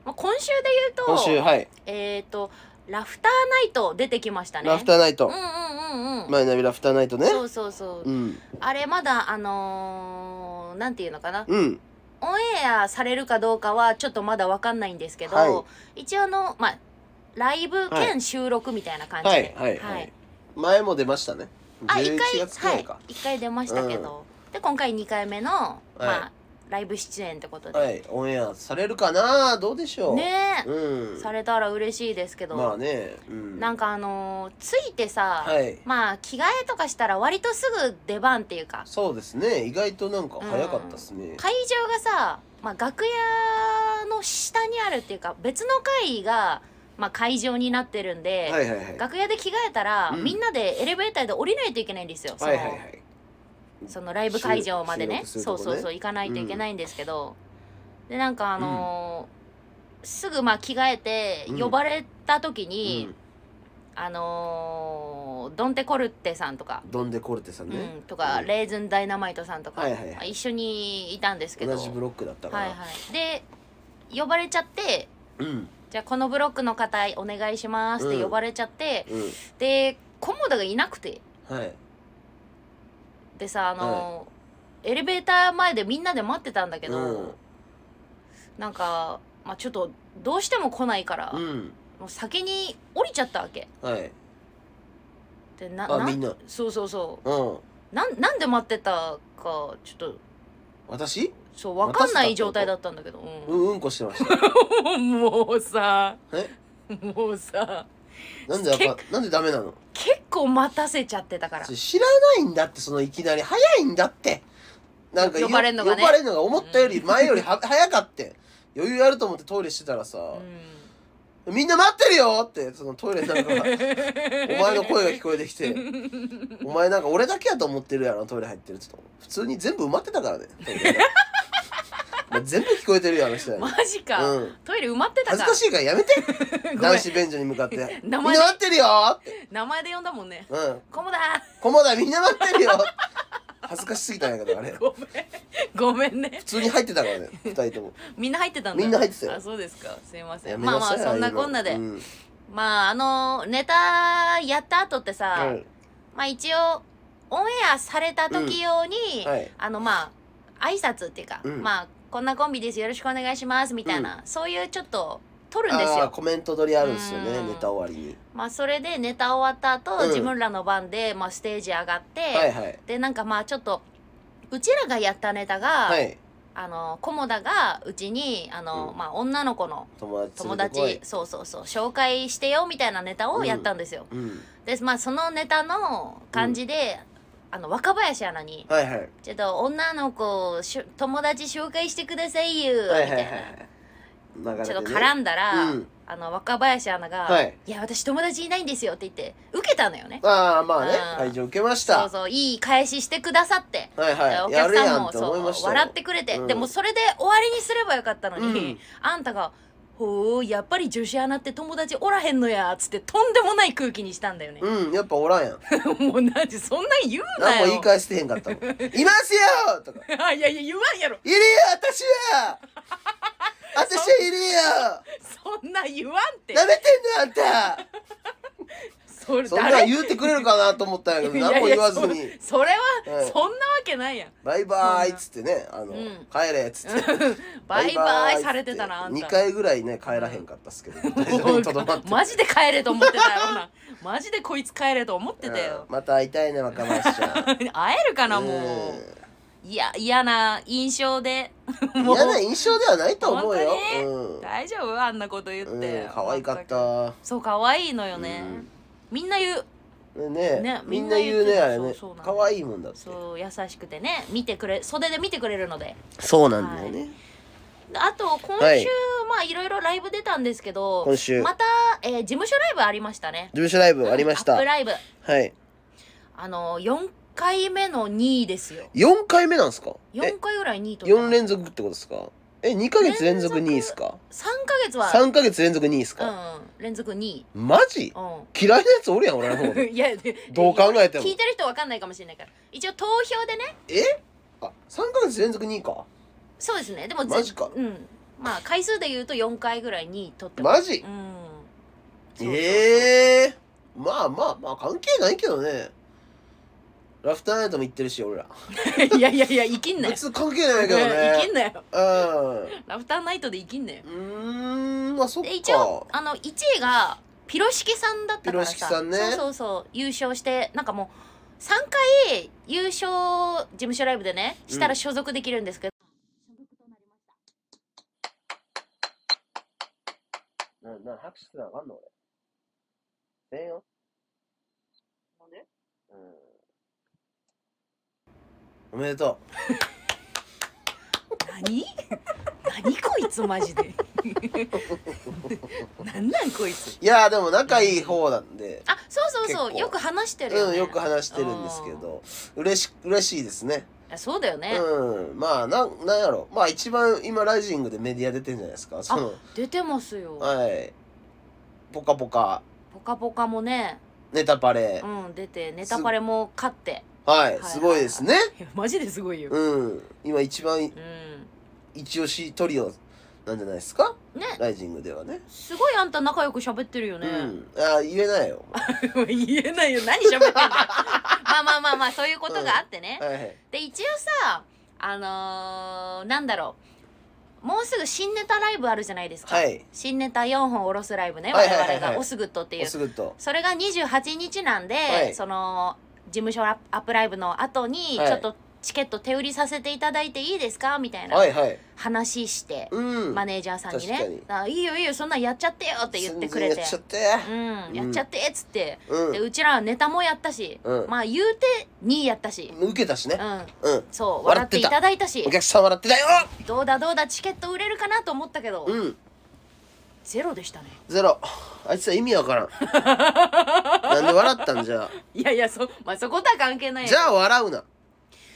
Speaker 1: まあ、今週で言うと
Speaker 2: 今週はい、
Speaker 1: えっ、とラフターナイト出てきましたね
Speaker 2: ラフターナイト、
Speaker 1: うんうんうんうん、
Speaker 2: マイナビラフターナイトね
Speaker 1: そうそうそう、
Speaker 2: うん
Speaker 1: あれまだあのーなんていうのかな
Speaker 2: うん
Speaker 1: オンエアされるかどうかはちょっとまだわかんないんですけど、
Speaker 2: は
Speaker 1: 一応あのまあライブ兼収録みたいな感じ
Speaker 2: はい
Speaker 1: で、
Speaker 2: はいはい前も出ましたね
Speaker 1: あ一回
Speaker 2: 11月くらいか
Speaker 1: はい、一回出ましたけど、で今回二回目の、
Speaker 2: い
Speaker 1: まあライブ出演ってことで、
Speaker 2: はい、オンエアされるかなどうでしょう。
Speaker 1: ねえ、
Speaker 2: うん。
Speaker 1: されたら嬉しいですけど、
Speaker 2: まあね、うん。
Speaker 1: なんかあのーついてさ、
Speaker 2: はい。
Speaker 1: まあ着替えとかしたら割とすぐ出番っていうか
Speaker 2: そうですね、意外となんか早かったですね。
Speaker 1: 会場がさ、まあ、楽屋の下にあるっていうか別の会が、まあ、会場になってるんで、
Speaker 2: はいはいはい。
Speaker 1: 楽屋で着替えたら、
Speaker 2: うん
Speaker 1: みんなでエレベーターで降りないといけないんですよ、
Speaker 2: はいはいは
Speaker 1: その
Speaker 2: い。
Speaker 1: そのライブ会場までね
Speaker 2: 収収録すると
Speaker 1: そ
Speaker 2: こ
Speaker 1: う
Speaker 2: ね
Speaker 1: そうそう行かないといけないんですけど、でなんかあのーすぐまあ着替えて
Speaker 2: うん
Speaker 1: 呼ばれた時に、
Speaker 2: う
Speaker 1: あのードンテコルテさんとか
Speaker 2: ん、ドンデコルテさんね。
Speaker 1: うん、とか、
Speaker 2: うん
Speaker 1: レーズンダイナマイトさんとか、
Speaker 2: はいはいはい
Speaker 1: まあ一緒にいたんですけど
Speaker 2: 同じブロックだったか
Speaker 1: は
Speaker 2: ら。
Speaker 1: いはいで呼ばれちゃって
Speaker 2: うん
Speaker 1: じゃあこのブロックの方お願いしますって呼ばれちゃって、
Speaker 2: う
Speaker 1: で菰田がいなくて
Speaker 2: ん。はい。
Speaker 1: でさあのーエレベーター前でみんなで待ってたんだけど、
Speaker 2: うん
Speaker 1: なんか、まあ、ちょっとどうしても来ないから、
Speaker 2: うん。
Speaker 1: もう先に降りちゃったわけ
Speaker 2: はい。
Speaker 1: でな
Speaker 2: あ
Speaker 1: な
Speaker 2: みんな
Speaker 1: そうそうそ
Speaker 2: うん。
Speaker 1: うなんなんで待ってたかちょっと
Speaker 2: 私？
Speaker 1: そう分かんな
Speaker 2: 待たせたってこ
Speaker 1: い
Speaker 2: と
Speaker 1: 状態だったんだけど、うん
Speaker 2: うんうんこしてました。
Speaker 1: <laughs> もうさ
Speaker 2: え？
Speaker 1: もうさ
Speaker 2: なんでやっぱなんでダメなの？
Speaker 1: 結構待たせちゃってたから
Speaker 2: 知らないんだってそのいきなり早いんだってなんか
Speaker 1: 呼ばれんのがね
Speaker 2: 呼ばれんのが思ったより前よりは、早かって余裕あると思ってトイレしてたらさ、
Speaker 1: うん
Speaker 2: みんな待ってるよってそのトイレなん
Speaker 1: <laughs>
Speaker 2: かお前の声が聞こえてきてお前なんか俺だけやと思ってるやろトイレ入ってるって言ったの普通に全部埋まってたからねトイ
Speaker 1: <laughs>
Speaker 2: レがお前全部聞こえてるよあの人やね
Speaker 1: マジか、
Speaker 2: うん
Speaker 1: トイレ埋まってた
Speaker 2: 恥ず
Speaker 1: か
Speaker 2: かしいから
Speaker 1: <laughs>
Speaker 2: やめて
Speaker 1: ん
Speaker 2: 男子便所に向かって「みん
Speaker 1: 名
Speaker 2: な
Speaker 1: 前で
Speaker 2: 待ってるよ!」って
Speaker 1: 名前で呼んだもんね
Speaker 2: 「うん
Speaker 1: 「コモだ
Speaker 2: 菰田みんな待ってるよ!」恥ずかしすぎたんやけどあれ普
Speaker 1: ごめん <laughs> ごめんね
Speaker 2: 通に入って
Speaker 1: <laughs>
Speaker 2: たからね二人とも
Speaker 1: みんな入ってたんだ
Speaker 2: みんな入ってたよ
Speaker 1: あそうですかすいませ
Speaker 2: や
Speaker 1: ん
Speaker 2: め
Speaker 1: まあ
Speaker 2: な
Speaker 1: ま
Speaker 2: さ
Speaker 1: あ
Speaker 2: い
Speaker 1: そんなこんなで、
Speaker 2: うん
Speaker 1: まああのネタやった後ってさ、
Speaker 2: はい
Speaker 1: まあ一応オンエアされた時用に、
Speaker 2: はい
Speaker 1: あのまあ挨拶っていうか、
Speaker 2: うん
Speaker 1: まあこんなコンビですよろしくお願いしますみたいな、そういうちょっと撮るんです
Speaker 2: ああ
Speaker 1: よ
Speaker 2: コメント取りあるんですよね
Speaker 1: うん
Speaker 2: ネタ終わりに
Speaker 1: まあそれでネタ終わった後、
Speaker 2: うん
Speaker 1: 自分らの番で、まあ、ステージ上がって、
Speaker 2: はいはい
Speaker 1: でなんかまあちょっとうちらがやったネタが、
Speaker 2: はい
Speaker 1: あの菰田がうちにあの、
Speaker 2: うん
Speaker 1: まあ、女の子の
Speaker 2: 友達
Speaker 1: 友
Speaker 2: 連れてこい
Speaker 1: 達そうそうそう紹介してよみたいなネタをやったんですよ、
Speaker 2: うん
Speaker 1: でまあそのネタの感じで、あの若林アナに
Speaker 2: はいはい
Speaker 1: ちょっと女の子をしゅ友達紹介してくださいよ、
Speaker 2: はいは
Speaker 1: み
Speaker 2: いは
Speaker 1: た
Speaker 2: い
Speaker 1: いな、
Speaker 2: はい流れてね
Speaker 1: ちょっと絡んだら、
Speaker 2: うん
Speaker 1: あの若林アナが、
Speaker 2: はい
Speaker 1: い、や私友達いないんですよ」って言って受けたのよね。
Speaker 2: ああまあね
Speaker 1: うん
Speaker 2: 会場受けまし
Speaker 1: そう
Speaker 2: た
Speaker 1: そういい返ししてくださって、
Speaker 2: はいは
Speaker 1: お
Speaker 2: いや
Speaker 1: 客
Speaker 2: るや
Speaker 1: さん
Speaker 2: ん
Speaker 1: も
Speaker 2: って思いまし
Speaker 1: そう
Speaker 2: たよ
Speaker 1: 笑ってくれて、
Speaker 2: うん
Speaker 1: でもそれで終わりにすればよかったのに、
Speaker 2: うん
Speaker 1: あんたが「ほうやっぱり女子アナって友達おらへんのや」っつってとんでもない空気にしたんだよね。
Speaker 2: うんやっぱおらんや
Speaker 1: <laughs>
Speaker 2: ん
Speaker 1: もう何そんなん言うな
Speaker 2: 何も
Speaker 1: よ。
Speaker 2: 言い返してへんか <laughs> ったもん「いますよ!」と
Speaker 1: <laughs>
Speaker 2: か
Speaker 1: いやいや言わんやろ
Speaker 2: 「いるよ私
Speaker 1: <laughs>
Speaker 2: は私はいるよ
Speaker 1: そんな言わんって。
Speaker 2: なめてんのあんた!
Speaker 1: そ」 <laughs> れ
Speaker 2: そんなん
Speaker 1: 誰
Speaker 2: 言うてくれ
Speaker 1: <laughs>
Speaker 2: るかなと思ったんやけど何も言わず
Speaker 1: いやいや
Speaker 2: に
Speaker 1: そそれは、
Speaker 2: うん
Speaker 1: そんなわけないやん
Speaker 2: 「バイバーイ」っつってね「あ
Speaker 1: う
Speaker 2: の
Speaker 1: ん
Speaker 2: 帰れ」っつって。
Speaker 1: <laughs> バイバイされてたなあん
Speaker 2: 2
Speaker 1: た
Speaker 2: 回ぐらいね帰らへんかったっす
Speaker 1: <laughs>
Speaker 2: けど大丈夫にとどまって
Speaker 1: マジで帰れと思ってたよなマジでこいつ帰れと思ってた
Speaker 2: うん
Speaker 1: よ、
Speaker 2: また会いたいね若林ちゃん
Speaker 1: <laughs> 会えるかなもう、
Speaker 2: う
Speaker 1: いや嫌な印象で
Speaker 2: ん
Speaker 1: もう
Speaker 2: 嫌な印象ではないと思うよ
Speaker 1: 本当に
Speaker 2: うん
Speaker 1: 大丈夫あんなこと言って、
Speaker 2: うん可愛かった
Speaker 1: そう可愛いのよね、みんな言う
Speaker 2: ね
Speaker 1: ね
Speaker 2: みんな言
Speaker 1: みんな言っ
Speaker 2: う
Speaker 1: て
Speaker 2: ね
Speaker 1: た
Speaker 2: あれね
Speaker 1: そうそうなんだ
Speaker 2: 可愛いもんだって
Speaker 1: そう優しくてね見てくれ袖で見てくれるので
Speaker 2: そうなんだよね
Speaker 1: あと今週、
Speaker 2: はい
Speaker 1: まあいろいろライブ出たんですけど
Speaker 2: 今週
Speaker 1: また、えー事務所ライブありましたね
Speaker 2: 事務所ライブありまし
Speaker 1: ア
Speaker 2: た
Speaker 1: ップライブ
Speaker 2: はい
Speaker 1: あの4回目の2位ですよ
Speaker 2: 4回目なんですかえ
Speaker 1: 4回ぐらい2位と
Speaker 2: 4連続ってことですかえ2ヶ月連続2位ですか
Speaker 1: 3ヶ月は
Speaker 2: 3ヶ月連続2位ですか
Speaker 1: うん、連続2位
Speaker 2: マジ
Speaker 1: う
Speaker 2: 嫌いなやつおるやん俺の方で
Speaker 1: んいやで
Speaker 2: どう考えても
Speaker 1: 聞いてる人わかんないかもしれないから一応投票でね
Speaker 2: えあ <laughs> 三3ヶ月連続2位か
Speaker 1: そうですねでもぜ
Speaker 2: マジか
Speaker 1: うんまあ回数で言うと4回ぐらい2位取ってます
Speaker 2: マジ
Speaker 1: うんそうそうそう
Speaker 2: ええー、まあまあまあ関係ないけどねラフターナイトも行ってるし俺ら
Speaker 1: <laughs> いやいやいや生きんなよ
Speaker 2: 別に関係ないけど
Speaker 1: 生き
Speaker 2: ね
Speaker 1: んなよ
Speaker 2: う
Speaker 1: ラフターナイトで生きんなよ
Speaker 2: んうーんまあそっ
Speaker 1: で一応
Speaker 2: か
Speaker 1: あの1位がピロシキさんだったからさ
Speaker 2: ピロシキさんね
Speaker 1: そうそうそう優勝してなんかもう3回優勝事務所ライブでねした
Speaker 2: う
Speaker 1: ら
Speaker 2: ん
Speaker 1: 所属できるんですけど、
Speaker 2: なな拍手すらあかんの俺せんよ
Speaker 1: なんで
Speaker 2: うんおめでと
Speaker 1: 何何こいつマジ
Speaker 2: <laughs>
Speaker 1: で何なんこいつ
Speaker 2: ういやーでも仲いい方なんで
Speaker 1: あそうそうそう
Speaker 2: 結構
Speaker 1: よく話してるよ、
Speaker 2: う
Speaker 1: ね
Speaker 2: んよく話してるんですけど嬉し嬉しいですね
Speaker 1: あそうだよね、
Speaker 2: うんまあなんなんやろまあ一番今ライジングでメディア出てんじゃないですかその
Speaker 1: 出てますよ、
Speaker 2: はい「ぽかぽか
Speaker 1: ぽかぽかもね
Speaker 2: ネタパレ
Speaker 1: う」ん出てネタパレも勝って
Speaker 2: はい
Speaker 1: い
Speaker 2: すごいですね
Speaker 1: いやマジですごいよ、
Speaker 2: うん今一番
Speaker 1: うん、
Speaker 2: 一押しトリオなんじゃないですか
Speaker 1: ね
Speaker 2: ライジングではね
Speaker 1: すごいあんた仲良く喋ってるよ
Speaker 2: う
Speaker 1: ね、
Speaker 2: んあ言えないよ
Speaker 1: <laughs> 言えないよ何喋ってんだよまあまあまあまあ <laughs> そういうことがあってね、
Speaker 2: はいはい
Speaker 1: で一応さあのー、なんだろうもうすぐ新ネタライブあるじゃないですか、
Speaker 2: はい
Speaker 1: 新ネタ4本下ろすライブね
Speaker 2: は
Speaker 1: 我
Speaker 2: いはいはいはい
Speaker 1: 々が「オスグッド」っていう、
Speaker 2: おすぐと
Speaker 1: それが28日なんで、
Speaker 2: はい
Speaker 1: その事務所アップライブの後に
Speaker 2: はい
Speaker 1: ちょっとチケット手売りさせていただいていいですかみたいな
Speaker 2: はいはい
Speaker 1: 話して、
Speaker 2: うん
Speaker 1: マネージャーさんにね「
Speaker 2: 確
Speaker 1: あいいよいいよそんなんやっちゃってよ」って言ってくれて
Speaker 2: 全然やっちゃっ
Speaker 1: う
Speaker 2: て
Speaker 1: ん、やっちゃってっつって、
Speaker 2: う
Speaker 1: で
Speaker 2: ん
Speaker 1: うちらネタもやったし、
Speaker 2: うん
Speaker 1: まあ言うて2位やったし、
Speaker 2: 受けた
Speaker 1: う
Speaker 2: しね
Speaker 1: ん、
Speaker 2: うん
Speaker 1: そう
Speaker 2: 笑
Speaker 1: 笑っ
Speaker 2: っ
Speaker 1: てて
Speaker 2: た
Speaker 1: いただいたし
Speaker 2: お客さん笑ってたよ
Speaker 1: どうだどうだチケット売れるかなと思ったけど、
Speaker 2: うん
Speaker 1: ゼロでしたね
Speaker 2: ゼロあいつは意味
Speaker 1: <laughs>
Speaker 2: わからんなんで笑ったんじゃあ
Speaker 1: いやいやそ,、まあ、そことは関係ない
Speaker 2: じゃあ笑うな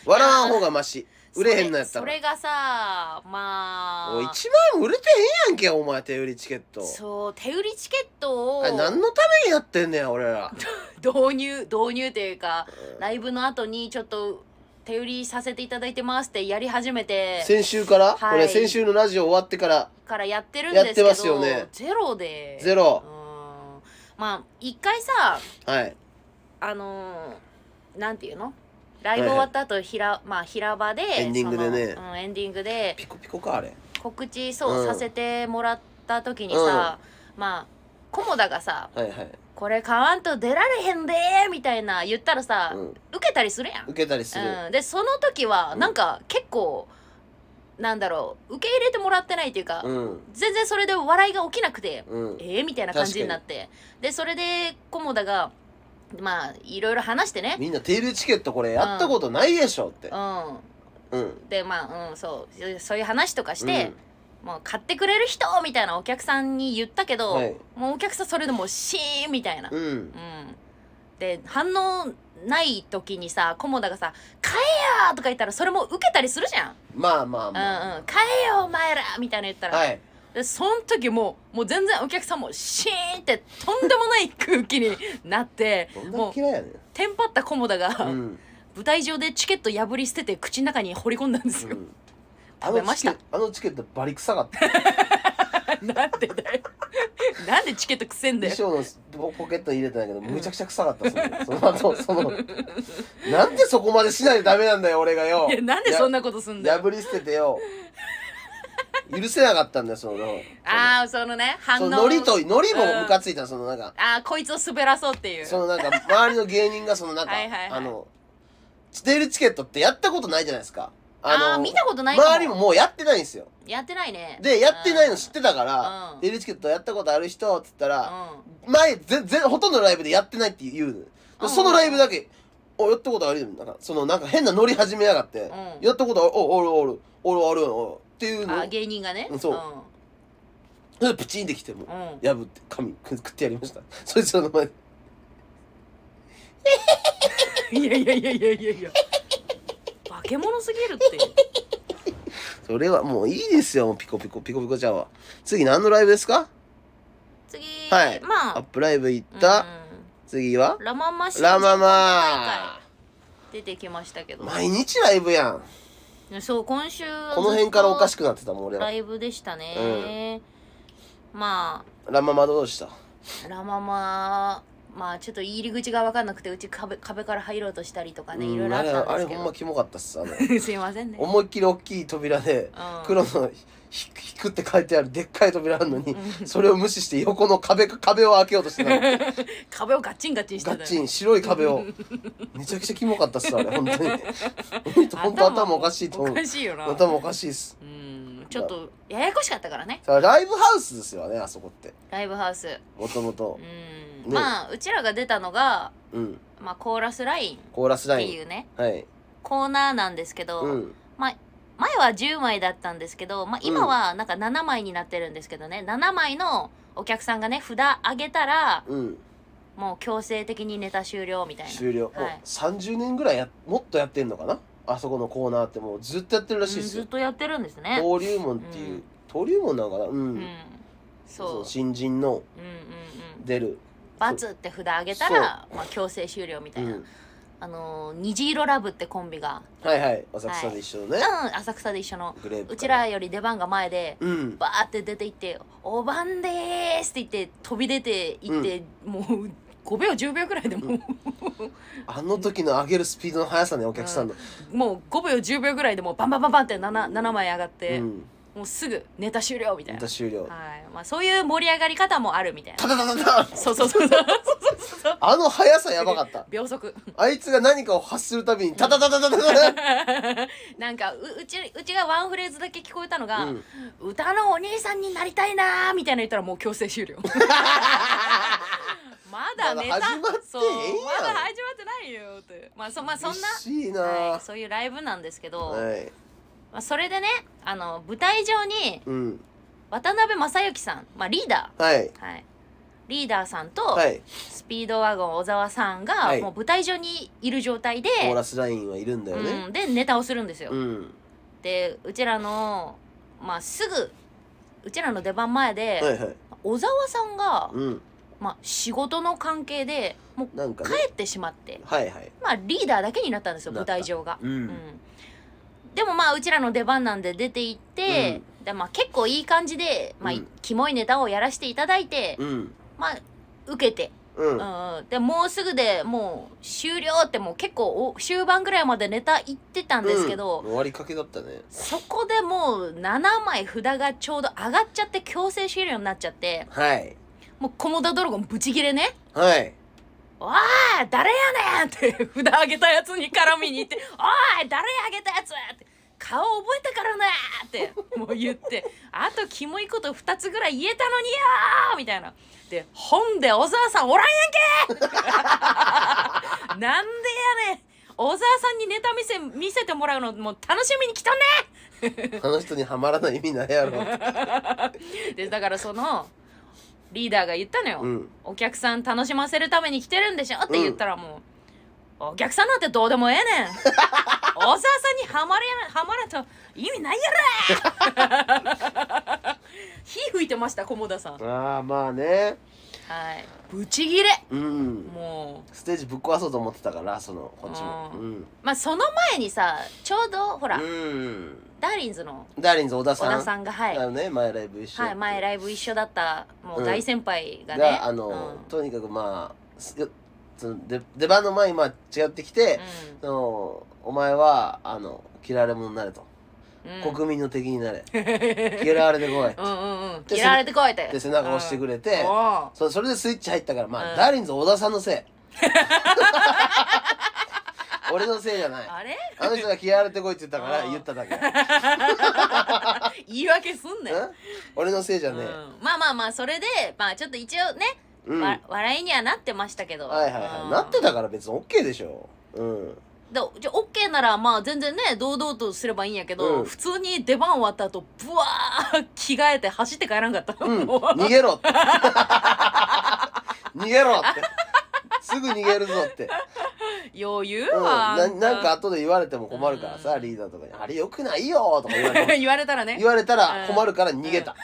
Speaker 2: 笑わん方がマシ売れへんのやっ
Speaker 1: そ
Speaker 2: たら
Speaker 1: れそれがさまあ
Speaker 2: おい1万円も売れてへんやんけお前手売りチケット
Speaker 1: そう手売りチケットを
Speaker 2: あれ何のためにやってんねや俺ら
Speaker 1: 導入導入というかライブの後にちょっと手売りさせていただいてますってやり始めて
Speaker 2: 先週か
Speaker 1: は
Speaker 2: ら、
Speaker 1: い
Speaker 2: これ先週のラジオ終わってから
Speaker 1: からやってるんですけど
Speaker 2: やってますよね
Speaker 1: ゼロで
Speaker 2: ゼロ
Speaker 1: うんまあ一回さ
Speaker 2: はい
Speaker 1: あのーなんていうのライブ終わった後、ひらまあ平場で
Speaker 2: エンディングでね
Speaker 1: そのうん、エンディングで
Speaker 2: ピコピコかあれ
Speaker 1: 告知そう、
Speaker 2: うん
Speaker 1: させてもらった時にさ、まあ菰田がさ
Speaker 2: はいはい、
Speaker 1: 「これ買わんと出られへんで」みたいな言ったらさ、
Speaker 2: うん、
Speaker 1: 受けたりするやん。
Speaker 2: 受けたりする、
Speaker 1: うん、でその時は
Speaker 2: うん
Speaker 1: なんか結構、なんだろう受け入れてもらってないというか、
Speaker 2: うん
Speaker 1: 全然それで笑いが起きなくて、
Speaker 2: うん
Speaker 1: えー、みたいな感じになってでそれで菰田がまあいろいろ話してね、
Speaker 2: みんな手売りチケットこれやったことないでしょって
Speaker 1: う
Speaker 2: うん
Speaker 1: ん、でまあ、うん、そうそうそういう話とかして、もう買ってくれる人みたいなお客さんに言ったけ
Speaker 2: う
Speaker 1: ど、
Speaker 2: ん、はい
Speaker 1: もうお客さんそれでもうシーンみたいな。うん
Speaker 2: うん
Speaker 1: で反応ない時にさ菰田がさ「買えよ!」とか言ったらそれも受けたりするじゃん。
Speaker 2: まあまあ
Speaker 1: う
Speaker 2: まあ、
Speaker 1: んうん、買えよお前らみたいな言ったら、
Speaker 2: はい
Speaker 1: でその時もうもう全然お客さんもシーンってとんでもない空気になって
Speaker 2: どん
Speaker 1: も
Speaker 2: だ
Speaker 1: う
Speaker 2: け嫌いやねん
Speaker 1: テンパった菰田が、
Speaker 2: うん
Speaker 1: 舞台上でチケット破り捨てて口の中に放り込んだんです
Speaker 2: う
Speaker 1: よ、
Speaker 2: ん
Speaker 1: 食べました
Speaker 2: あのチケットあのチケットバリ臭かった
Speaker 1: なんでだよなんでチケットくせんだ
Speaker 2: 衣
Speaker 1: よ
Speaker 2: 装のポポケットに入れてないけどむちゃくちゃ臭かったそのその後そのなんでそこまでしないとダメなんだよ俺がよ
Speaker 1: いやなんでそん
Speaker 2: な
Speaker 1: なことすんだよ
Speaker 2: 破り捨ててよ許せなかったんだよその
Speaker 1: ああそのね反
Speaker 2: そ
Speaker 1: 応
Speaker 2: のノリとノリ
Speaker 1: うん
Speaker 2: もムカついたそのなんか
Speaker 1: ああこいつを滑らそうっていう
Speaker 2: そのなんか周りの芸人がそのなんか
Speaker 1: はいはいはい
Speaker 2: あのチテールチケットってやったことないじゃないですか
Speaker 1: ああ
Speaker 2: の
Speaker 1: 見たことないかも
Speaker 2: 周りももうやってないんですよ
Speaker 1: やってないね
Speaker 2: でやってないの知ってたか
Speaker 1: う
Speaker 2: ら
Speaker 1: ん
Speaker 2: 「テールチケットやったことある人」っつったら
Speaker 1: うん
Speaker 2: 前全然ほとんどのライブでやってないって言う
Speaker 1: うん
Speaker 2: のそのライブだけ「おやったことあるよ」なんかそのなんか変なノリ始めやがって「
Speaker 1: うん
Speaker 2: やったことあるおおるおるおるおるおる」っていう
Speaker 1: あ
Speaker 2: の
Speaker 1: ー芸人がね
Speaker 2: うんそうそれでプチンってきてもう
Speaker 1: うんうん
Speaker 2: 破って髪く食ってやりました <laughs> そいつの前で
Speaker 1: いやいやいやいやいやいや。化け物すぎるって。
Speaker 2: それはもういいですよもうピコピコピコピコちゃんは次何のライブですか
Speaker 1: 次、
Speaker 2: はいア
Speaker 1: ま
Speaker 2: ッ
Speaker 1: あ、
Speaker 2: プライブ行っ
Speaker 1: う
Speaker 2: た
Speaker 1: ん
Speaker 2: 次は
Speaker 1: ラママ
Speaker 2: ラママ
Speaker 1: 出てきましたけど。
Speaker 2: 毎日ライブやん
Speaker 1: そう、今週は
Speaker 2: この辺からおかし
Speaker 1: く
Speaker 2: くなってたもん俺
Speaker 1: ラ
Speaker 2: は
Speaker 1: イブでしたね。ま
Speaker 2: ラママどうした
Speaker 1: あ、ラママ。まあちょっと入り口が分かんなくてうち壁壁から入ろうとしたりとかねいろ
Speaker 2: う
Speaker 1: い
Speaker 2: ん
Speaker 1: ろあ
Speaker 2: あ
Speaker 1: っ
Speaker 2: れ
Speaker 1: た
Speaker 2: あ
Speaker 1: んで
Speaker 2: れ
Speaker 1: すけ
Speaker 2: ほん
Speaker 1: ど
Speaker 2: まキモかったっすあの
Speaker 1: <laughs>
Speaker 2: <laughs>
Speaker 1: すいませんね
Speaker 2: 思いっきり大きい扉で
Speaker 1: うん
Speaker 2: 黒のひ「ひく」って書いてあるでっかい扉あるのに
Speaker 1: うん
Speaker 2: それを無視して横の壁か壁を開けようとし
Speaker 1: <laughs>
Speaker 2: てたの
Speaker 1: 壁をガッチンガッチンして
Speaker 2: ガ
Speaker 1: た
Speaker 2: ッチン白い
Speaker 1: <laughs>
Speaker 2: 壁をめちゃくちゃキモかったっすあれ本当に本当頭おかしいと思
Speaker 1: お
Speaker 2: う
Speaker 1: かしいよな
Speaker 2: 頭おかしいっす
Speaker 1: うんちょっとややこしかったからね
Speaker 2: さあライブハウスですよねあそこって
Speaker 1: ライブハウス
Speaker 2: もともと
Speaker 1: うん
Speaker 2: ね
Speaker 1: まあうちらが出たのが、
Speaker 2: うん
Speaker 1: まあ、コーラスラインっ
Speaker 2: コーラスラ
Speaker 1: て
Speaker 2: イ
Speaker 1: い
Speaker 2: ン
Speaker 1: うね
Speaker 2: はい
Speaker 1: コーナーなんですけど、
Speaker 2: うん
Speaker 1: 前は10枚だったんですけど、まあ、今はなんか7枚になってるんですけどね7枚のお客さんがね札あげたら
Speaker 2: うん
Speaker 1: もう強制的にネタ終了みたいな。
Speaker 2: 終了もう
Speaker 1: はい
Speaker 2: 30年ぐらいやもっとやってんのかなあそこのコーナーってもうずっとやってる
Speaker 1: うん
Speaker 2: らしいです
Speaker 1: ず
Speaker 2: よ
Speaker 1: っとやってるんですね。
Speaker 2: 登竜門っていう登竜門なのかなう
Speaker 1: うんん、そう
Speaker 2: 新人の
Speaker 1: うんうんうん
Speaker 2: 出る
Speaker 1: バツって札あげたら、まあ、強制終了みた
Speaker 2: う
Speaker 1: いな、
Speaker 2: ん
Speaker 1: あのー虹色ラブってコンビが、
Speaker 2: はいはい浅草で一緒の
Speaker 1: う
Speaker 2: ね
Speaker 1: ん、浅草で一緒の
Speaker 2: グレープ
Speaker 1: うちらより出番が前で、
Speaker 2: うん
Speaker 1: バーって出て行って「おばんでーす」って言って飛び出て行って、もう5秒10秒くらいでもう、
Speaker 2: あの時の上げるスピードの速さねお客さんの
Speaker 1: もう5秒10秒くらいでもうバンバンバンバンって 7, 7枚上がっ
Speaker 2: う
Speaker 1: て、
Speaker 2: ん
Speaker 1: もうすぐネタ終了みたい
Speaker 2: ネ
Speaker 1: な、
Speaker 2: タ終了
Speaker 1: はいまあ、そういう盛り上がり方もあるみたいな
Speaker 2: タタタタタ
Speaker 1: そうそうそうそうそうそうそう
Speaker 2: あの速さやばかった
Speaker 1: 秒速
Speaker 2: あいつが何かを発するたびにタタタタタタタ
Speaker 1: なんかううちうちがワンフレーズだけ聞こえたのが「
Speaker 2: うん
Speaker 1: 歌のお兄さんになりたいな」みたいな言ったらもう強制
Speaker 2: <laughs>
Speaker 1: 終了まだネタ
Speaker 2: まだ始まってへんやん
Speaker 1: そうまだ始まってないよってまあ <laughs> そ,、まあ、そんな
Speaker 2: 嬉しいな
Speaker 1: はい、
Speaker 2: は
Speaker 1: そういうライブなんですけど、
Speaker 2: い
Speaker 1: まあ、それでねあの舞台上に
Speaker 2: うん
Speaker 1: 渡辺正行さん、まあ、リーダ
Speaker 2: はい
Speaker 1: ー、はい、リーダーさんと、
Speaker 2: はい
Speaker 1: スピードワゴン小沢さんが、
Speaker 2: はい
Speaker 1: もう舞台上にいる状態で、
Speaker 2: コーラスラインはいるんだよね
Speaker 1: うん、でネタをするんですよ。
Speaker 2: うん
Speaker 1: でうちらの、まあ、すぐうちらの出番前で、
Speaker 2: はいはい
Speaker 1: 小沢さんが、
Speaker 2: うん
Speaker 1: まあ、仕事の関係でもう
Speaker 2: なんかね
Speaker 1: 帰ってしまって、
Speaker 2: はいはい
Speaker 1: まあ、リーダーだけになったんですよ
Speaker 2: な
Speaker 1: 舞
Speaker 2: った
Speaker 1: 台上が。
Speaker 2: うん
Speaker 1: うんでもまあうちらの出番なんで出て行って、でまあ、結構いい感じで、まあ
Speaker 2: うん
Speaker 1: キモいネタをやらせていただいて、
Speaker 2: うん
Speaker 1: まあ受けて、
Speaker 2: う
Speaker 1: うんんうんでもうすぐでもう終了ってもう結構お終盤ぐらいまでネタ行ってたんですけど、
Speaker 2: うん終わりかけだったね
Speaker 1: そこでもう7枚札がちょうど上がっちゃって強制終了になっちゃって
Speaker 2: はい
Speaker 1: もうコモダドラゴンブチギレね
Speaker 2: はい
Speaker 1: わあ誰やねんって札上げたやつに絡みに行って <laughs> 「おい誰上げたやつ!」って「顔覚えたからな!」ってもう言って「あとキモいこと2つぐらい言えたのによー!」みたいな。で「本で小沢さんおらんやんけ! 」 <laughs> なんでやねん小沢さんにネタ見せ見せてもらうのもう楽しみに来たね
Speaker 2: あの人にはまらない意味ないや <laughs> ろ
Speaker 1: でだからそのリーダーが言ったのよ、
Speaker 2: うん
Speaker 1: お客さん楽しませるために来てるんでしょって言ったらもう、お客さんなんてどうでもええねん
Speaker 2: <laughs>
Speaker 1: 大沢さんにはまれはまれと意味ないやろ
Speaker 2: <laughs>
Speaker 1: 火吹いてました菰田さんはい
Speaker 2: ああまあね
Speaker 1: ブチギレ
Speaker 2: うん
Speaker 1: もう
Speaker 2: ステージぶっ壊そうと思ってたからそのこっちも
Speaker 1: う
Speaker 2: うん
Speaker 1: まあその前にさちょうどほら、
Speaker 2: うん
Speaker 1: ダーリンズの
Speaker 2: ダーリンズ小田
Speaker 1: 小
Speaker 2: さ
Speaker 1: 田
Speaker 2: ん
Speaker 1: さんがはい、
Speaker 2: だよね前ライブ一緒
Speaker 1: はい、前ライブ一緒だったもう大先輩がね、
Speaker 2: があの、
Speaker 1: うん
Speaker 2: とにかくまあすよそので出番の前にまあ違ってきて、そのお前はあの嫌われ者になれと、
Speaker 1: うんうん
Speaker 2: 国民の敵
Speaker 1: <laughs>
Speaker 2: になれ嫌われてこい
Speaker 1: うんうんうん
Speaker 2: で
Speaker 1: 嫌われてこいって
Speaker 2: で背中を押してく
Speaker 1: れ
Speaker 2: れて、
Speaker 1: お
Speaker 2: そそれでスイッチ入ったからまあ、
Speaker 1: うん
Speaker 2: ダーリンズ小田さんのせい <laughs> 俺のせいじゃない
Speaker 1: あれ
Speaker 2: あの人が嫌われてこいって言ったから
Speaker 1: うん
Speaker 2: 言っただけ
Speaker 1: 言い訳すんねん
Speaker 2: うん俺のせいじゃね
Speaker 1: うんまあまあまあそれでまあちょっと一応ね、
Speaker 2: え、うん、は
Speaker 1: わ
Speaker 2: い
Speaker 1: 笑いにはなってましたけど
Speaker 2: はいはい、なって
Speaker 1: た
Speaker 2: たから別に OK でしょうん
Speaker 1: でじゃあ OK ならまあ全然ね堂々とすればいいんやけど、
Speaker 2: うん
Speaker 1: 普通に出番終わった後ブワー着替えて走って帰らんかった、
Speaker 2: うん、
Speaker 1: もう
Speaker 2: 逃げろって <laughs> 逃げろってすぐ逃げるぞって、
Speaker 1: 余裕
Speaker 2: うん、
Speaker 1: は、
Speaker 2: ななんか後で言われても困るからさ、
Speaker 1: うん
Speaker 2: リーダーとかに「あれよくないよ」とか言われ
Speaker 1: <laughs>
Speaker 2: ても
Speaker 1: <laughs> 言われたらね
Speaker 2: 言われたら困るから逃げた、